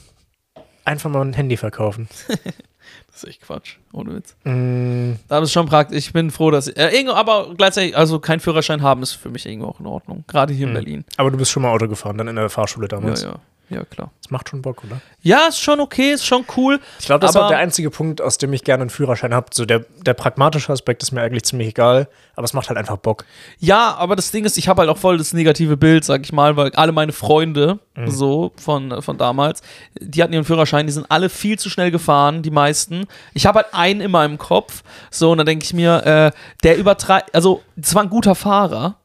B: Einfach mal ein Handy verkaufen.
A: Das ist echt Quatsch, ohne Witz.
B: Mm,
A: Da ist schon praktisch. Ich bin froh, dass. Äh, irgendwo, aber gleichzeitig, also kein Führerschein haben ist für mich irgendwo auch in Ordnung. Gerade
B: Mm.
A: hier in Berlin.
B: aber du bist schon mal Auto gefahren, dann in der Fahrschule
A: Ja,
B: damals.
A: ja. Ja, klar.
B: Das macht schon Bock, oder?
A: Ja, ist schon okay, ist schon cool.
B: Ich glaube, das ist
A: aber
B: auch der einzige Punkt, aus dem ich gerne einen Führerschein habe. So der, der pragmatische Aspekt ist mir eigentlich ziemlich egal, aber es macht halt einfach Bock.
A: Ja, aber das Ding ist, ich habe halt auch voll das negative Bild, sag ich mal, weil alle meine Freunde so von, von damals, die hatten ihren Führerschein, die sind alle viel zu schnell gefahren, die meisten. Ich habe halt einen in meinem Kopf, so, und dann denke ich mir, äh, der übertreibt, also, das war ein guter Fahrer,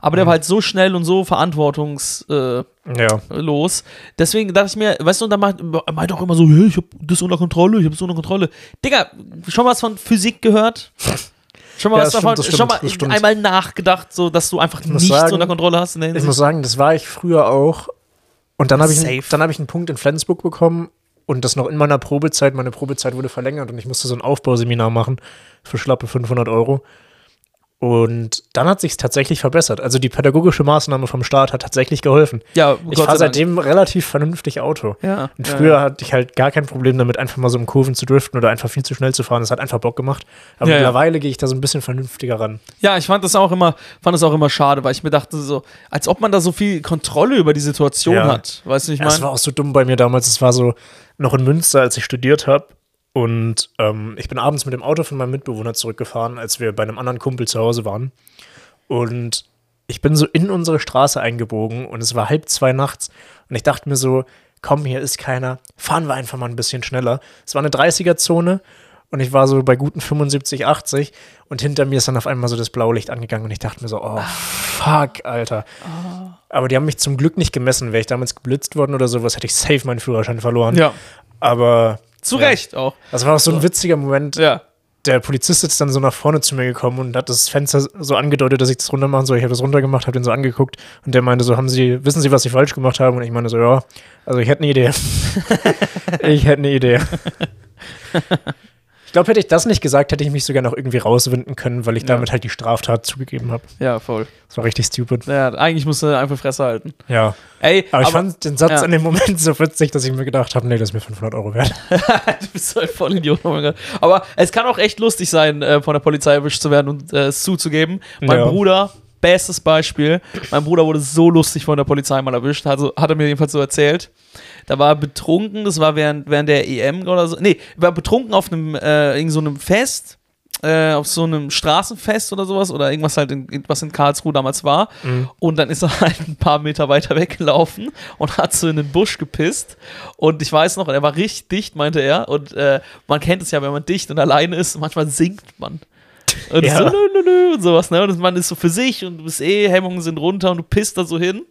A: aber der war halt so schnell und so verantwortungs. Äh,
B: Ja.
A: los. Deswegen dachte ich mir, weißt du, und dann meint, meint auch immer so, "Hey, ich hab das unter Kontrolle, ich hab das unter Kontrolle. Digga, schon mal was von Physik gehört? Schon mal
B: Ja,
A: was
B: das
A: davon,
B: stimmt, das
A: schon mal
B: stimmt, das stimmt.
A: einmal nachgedacht, so dass du einfach
B: muss
A: nichts
B: sagen,
A: unter Kontrolle hast in der
B: Ich
A: Hinsicht.
B: muss sagen, das war ich früher auch. Und dann habe ich,
A: Safe.
B: dann hab ich einen Punkt in Flensburg bekommen und das noch in meiner Probezeit. Meine Probezeit wurde verlängert und ich musste so ein Aufbauseminar machen für schlappe 500 Euro. Und dann hat sich tatsächlich verbessert. Also die pädagogische Maßnahme vom Staat hat tatsächlich geholfen.
A: ja,
B: Ich fahre seitdem relativ vernünftig Auto.
A: Ja,
B: Und
A: ja,
B: früher
A: ja.
B: hatte ich halt gar kein Problem damit, einfach mal so im Kurven zu driften oder einfach viel zu schnell zu fahren. Das hat einfach Bock gemacht. Aber
A: Ja, ja.
B: mittlerweile gehe ich da so ein bisschen vernünftiger ran.
A: Ja, ich fand das auch immer, fand das auch immer schade, weil ich mir dachte so, als ob man da so viel Kontrolle über die Situation
B: Ja.
A: hat. Weißt du, ich
B: Ja, es war
A: meine?
B: auch so dumm bei mir damals. Es war so noch in Münster, als ich studiert habe. Und ähm, ich bin abends mit dem Auto von meinem Mitbewohner zurückgefahren, als wir bei einem anderen Kumpel zu Hause waren. Und ich bin so in unsere Straße eingebogen und es war halb zwei nachts. Und ich dachte mir so, komm, hier ist keiner. Fahren wir einfach mal ein bisschen schneller. Es war eine 30er-Zone und ich war so bei guten 75, 80. Und hinter mir ist dann auf einmal so das Blaulicht angegangen und ich dachte mir so, oh, fuck, Alter. Aber die haben mich zum Glück nicht gemessen. Wäre ich damals geblitzt worden oder sowas, hätte ich safe meinen Führerschein verloren.
A: Ja,
B: Aber
A: zu
B: Ja.
A: Recht auch.
B: das war auch so ein witziger Moment.
A: Ja.
B: Der Polizist ist dann so nach vorne zu mir gekommen und hat das Fenster so angedeutet, dass ich das runter machen soll. Ich habe das runtergemacht, habe den so angeguckt und der meinte so, haben Sie, wissen Sie, was ich falsch gemacht habe? Und ich meine so, ja, also ich hätte eine Idee. ich hätte eine Idee. Ich glaube, hätte ich das nicht gesagt, hätte ich mich sogar noch irgendwie rauswinden können, weil ich
A: Ja.
B: damit halt die Straftat zugegeben habe.
A: Ja, voll.
B: Das war richtig stupid.
A: Ja, eigentlich musst du einfach Fresse halten.
B: Ja.
A: Ey,
B: Aber ich fand den Satz
A: ja.
B: in dem Moment so witzig, dass ich mir gedacht habe, nee, das ist mir 500 Euro wert.
A: du bist halt voll Idiot. Oh mein Gott. Aber es kann auch echt lustig sein, äh, von der Polizei erwischt zu werden und äh, es zuzugeben. Mein
B: Ja.
A: Bruder, bestes Beispiel. Mein Bruder wurde so lustig von der Polizei mal erwischt, also, hat er mir jedenfalls so erzählt. Da war er betrunken, das war während, während der EM oder so. Nee, war betrunken auf einem, äh, irgend so einem Fest. Äh, auf so einem Straßenfest oder sowas oder irgendwas halt, in, was in Karlsruhe damals war. Und dann ist er halt ein paar Meter weiter weggelaufen und hat so in den Busch gepisst. Und ich weiß noch, er war richtig dicht, meinte er. Und äh, man kennt es ja, wenn man dicht und alleine ist, manchmal singt man. Und
B: Ja.
A: so, nö, nö, nö, und sowas, ne? Und man ist so für sich und du bist eh, Hemmungen sind runter und du pisst da so hin.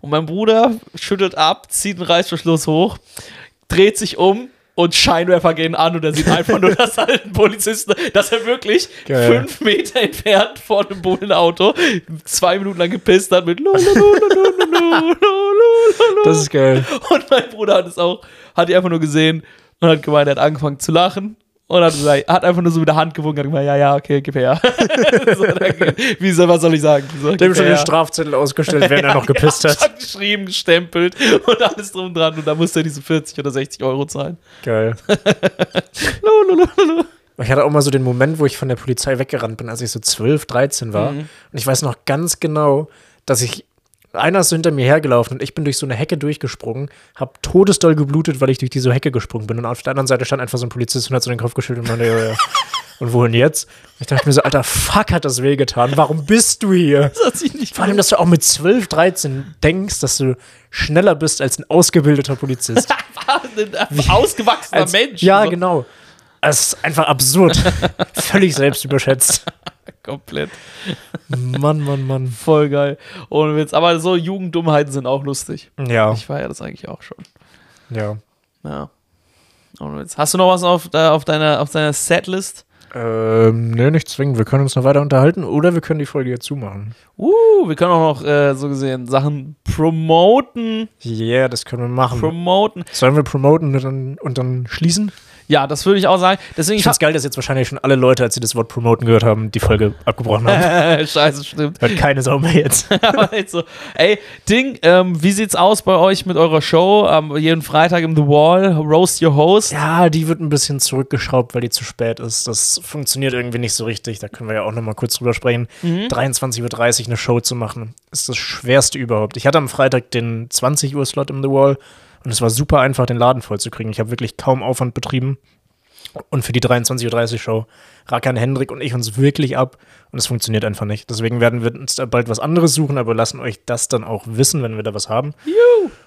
A: Und mein Bruder schüttelt ab, zieht den Reißverschluss hoch, dreht sich um und Scheinwerfer gehen an und er sieht einfach nur, dass halt ein Polizist, dass er wirklich
B: Geil.
A: fünf Meter entfernt vor einem Bullenauto zwei Minuten lang gepisst hat mit Das
B: Das ist geil.
A: und mein Bruder hat es auch, hat die einfach nur gesehen und hat gemeint, er hat angefangen zu lachen und hat, gesagt, hat einfach nur so mit der Hand gewunken und hat gemeint, ja, ja, okay, gib her. so, danke. Wie soll, was soll ich sagen? So,
B: Dem
A: gib
B: schon
A: her.
B: den Strafzettel ausgestellt, während er noch gepisst
A: Ja,
B: hat.
A: schon geschrieben, gestempelt und alles drum dran und da musste er diese 40 oder 60 Euro zahlen.
B: Geil. Ich hatte auch mal so den Moment, wo ich von der Polizei weggerannt bin, als ich so 12, 13 war. Und ich weiß noch ganz genau, dass ich. Einer ist so hinter mir hergelaufen und ich bin durch so eine Hecke durchgesprungen, hab todesdoll geblutet, weil ich durch diese Hecke gesprungen bin. Und auf der anderen Seite stand einfach so ein Polizist und hat so den Kopf geschüttelt und meinte, ja, ja. und wohin jetzt? Und ich dachte mir so, alter Fuck, hat das wehgetan. Warum bist du hier?
A: Das hat sich nicht
B: Vor allem, dass du auch mit 12, 13 denkst, dass du schneller bist als ein ausgebildeter Polizist.
A: ein ausgewachsener
B: Als-
A: Mensch.
B: Ja,
A: So,
B: genau. Das ist einfach absurd. Völlig selbst überschätzt.
A: Komplett.
B: Mann, Mann, Mann.
A: Voll geil. Ohne Witz. Aber so Jugenddummheiten sind auch lustig.
B: Ja,
A: Ich war ja das eigentlich auch schon.
B: ja.
A: Ja. Ohne Witz. Hast du noch was auf, da, auf deiner, auf deiner Setlist?
B: Ähm, nö, nicht zwingend. Wir können uns noch weiter unterhalten oder wir können die Folge hier zumachen.
A: Uh, wir können auch noch äh, so gesehen Sachen promoten.
B: Yeah, das können wir machen.
A: Promoten.
B: Sollen wir promoten und dann, und dann schließen?
A: Ja, das würde ich auch sagen. Deswegen
B: Ich find's geil, dass jetzt wahrscheinlich schon alle Leute, als sie das Wort promoten gehört haben, die Folge abgebrochen haben.
A: Scheiße, stimmt.
B: Hört keine Sau mehr jetzt.
A: Aber halt so, ey, Ding, ähm, wie sieht's aus bei euch mit eurer Show? Am jeden Freitag im The Wall, Roast Your Host.
B: Ja, die wird ein bisschen zurückgeschraubt, weil die zu spät ist. Das funktioniert irgendwie nicht so richtig. Da können wir ja auch nochmal kurz drüber sprechen. 23.30 Uhr eine Show zu machen, ist das Schwerste überhaupt. Ich hatte am Freitag den 20 Uhr Slot im The Wall und es war super einfach, den Laden vollzukriegen. Ich habe wirklich kaum Aufwand betrieben. Und für die 23.30 Uhr Show rackern Hendrik und ich uns wirklich ab und es funktioniert einfach nicht. Deswegen werden wir uns da bald was anderes suchen, aber lassen euch das dann auch wissen, wenn wir da was haben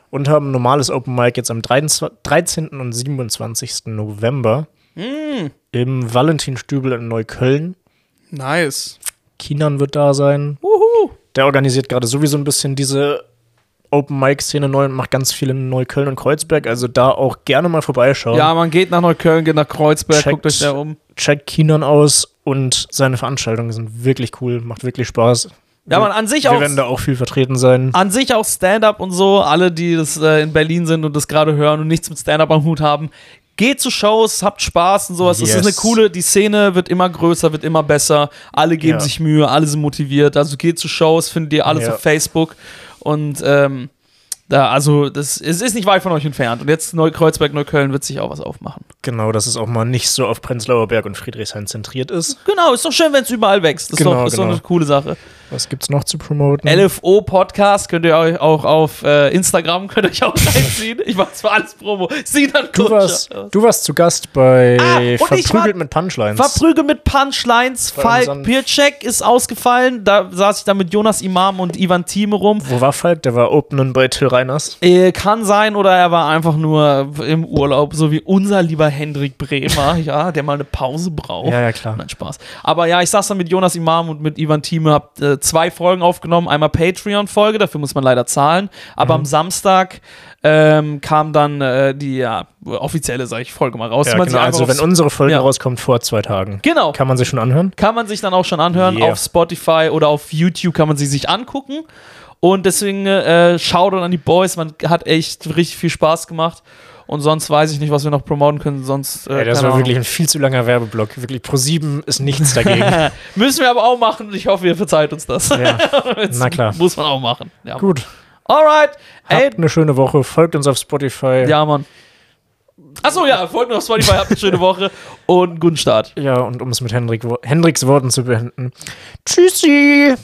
B: und haben ein normales Open Mic jetzt am 23 13. und 27. November
A: Hm.
B: im Valentinstübel in Neukölln.
A: Nice.
B: Kinan wird da sein.
A: Wuhu.
B: Der organisiert gerade sowieso ein bisschen diese Open Mic Szene neu und macht ganz viel in Neukölln und Kreuzberg, also da auch gerne mal vorbeischauen.
A: Ja, man geht nach Neukölln, geht nach Kreuzberg,
B: Checkt.
A: guckt euch da um.
B: Checkt Kinan aus und seine Veranstaltungen sind wirklich cool, macht wirklich Spaß.
A: Ja, man, an sich
B: Wir
A: auch.
B: werden da auch viel vertreten sein.
A: An sich auch Stand-up und so, alle, die das äh, in Berlin sind und das gerade hören und nichts mit Stand-up am Hut haben, geht zu Shows, habt Spaß und sowas. Es ist
B: Yes.
A: eine coole, die Szene wird immer größer, wird immer besser. Alle geben
B: Ja.
A: sich Mühe, alle sind motiviert. Also geht zu Shows, findet ihr alles
B: Ja.
A: auf Facebook. Und ähm, da, also, das, es ist nicht weit von euch entfernt. Und jetzt Neukreuzberg, Neukölln wird sich auch was aufmachen.
B: Genau, dass es auch mal nicht so auf Prenzlauer Berg und Friedrichshain zentriert ist.
A: Genau, ist doch schön, wenn es überall wächst. Das ist,
B: Genau,
A: doch, ist
B: genau.
A: doch eine coole Sache.
B: Was gibt's noch zu promoten?
A: LFO Podcast könnt ihr euch auch auf äh, Instagram könnt ihr euch auch reinziehen. Ich mach's für alles Promo. Sinan
B: Du warst, du warst zu Gast bei
A: Ah, und ich
B: Verprügelt
A: war-
B: mit Punchlines.
A: Verprüge mit Punchlines.
B: Bei
A: Falk
B: unseren-
A: Pircek ist ausgefallen. Da saß ich dann mit Jonas Imam und Ivan Thieme rum.
B: Wo war Falk? Der war Openen bei Till Reiners.
A: Äh, kann sein, oder er war einfach nur im Urlaub, so wie unser lieber Hendrik Bremer, ja, der mal eine Pause braucht.
B: Ja, ja, klar.
A: Nein, Spaß. Aber ja, ich saß dann mit Jonas Imam und mit Ivan Thieme, hab äh, zwei Folgen aufgenommen. Einmal Patreon-Folge, dafür muss man leider zahlen. Aber
B: Mhm.
A: am Samstag ähm, kam dann äh, die ja, offizielle, sag ich, Folge mal raus.
B: Ja,
A: die man sich
B: genau.
A: einfach
B: Also wenn
A: aufs-
B: unsere Folge
A: Ja.
B: rauskommt vor zwei Tagen,
A: genau.
B: kann man sich schon anhören.
A: Kann man sich dann auch schon anhören.
B: Yeah.
A: Auf Spotify oder auf YouTube kann man sie sich angucken. Und deswegen äh, Shoutout an die Boys. Man hat echt richtig viel Spaß gemacht. Und sonst weiß ich nicht, was wir noch promoten können. Sonst äh,
B: Ey,
A: keine
B: das war
A: Ahnung.
B: wirklich ein viel zu langer Werbeblock. Wirklich Pro7 ist nichts dagegen.
A: müssen wir aber auch machen. Ich hoffe, ihr verzeiht uns das.
B: ja.
A: Das
B: na klar.
A: Muss man auch machen. Ja.
B: Gut.
A: Alright. Ey,
B: Habt eine schöne Woche. Folgt uns auf Spotify.
A: ja, Mann. Achso, ja, folgt mir auf Spotify, habt eine schöne Woche und einen guten Start.
B: Ja, und um es mit Hendrik, Hendriks Worten zu beenden. Tschüssi.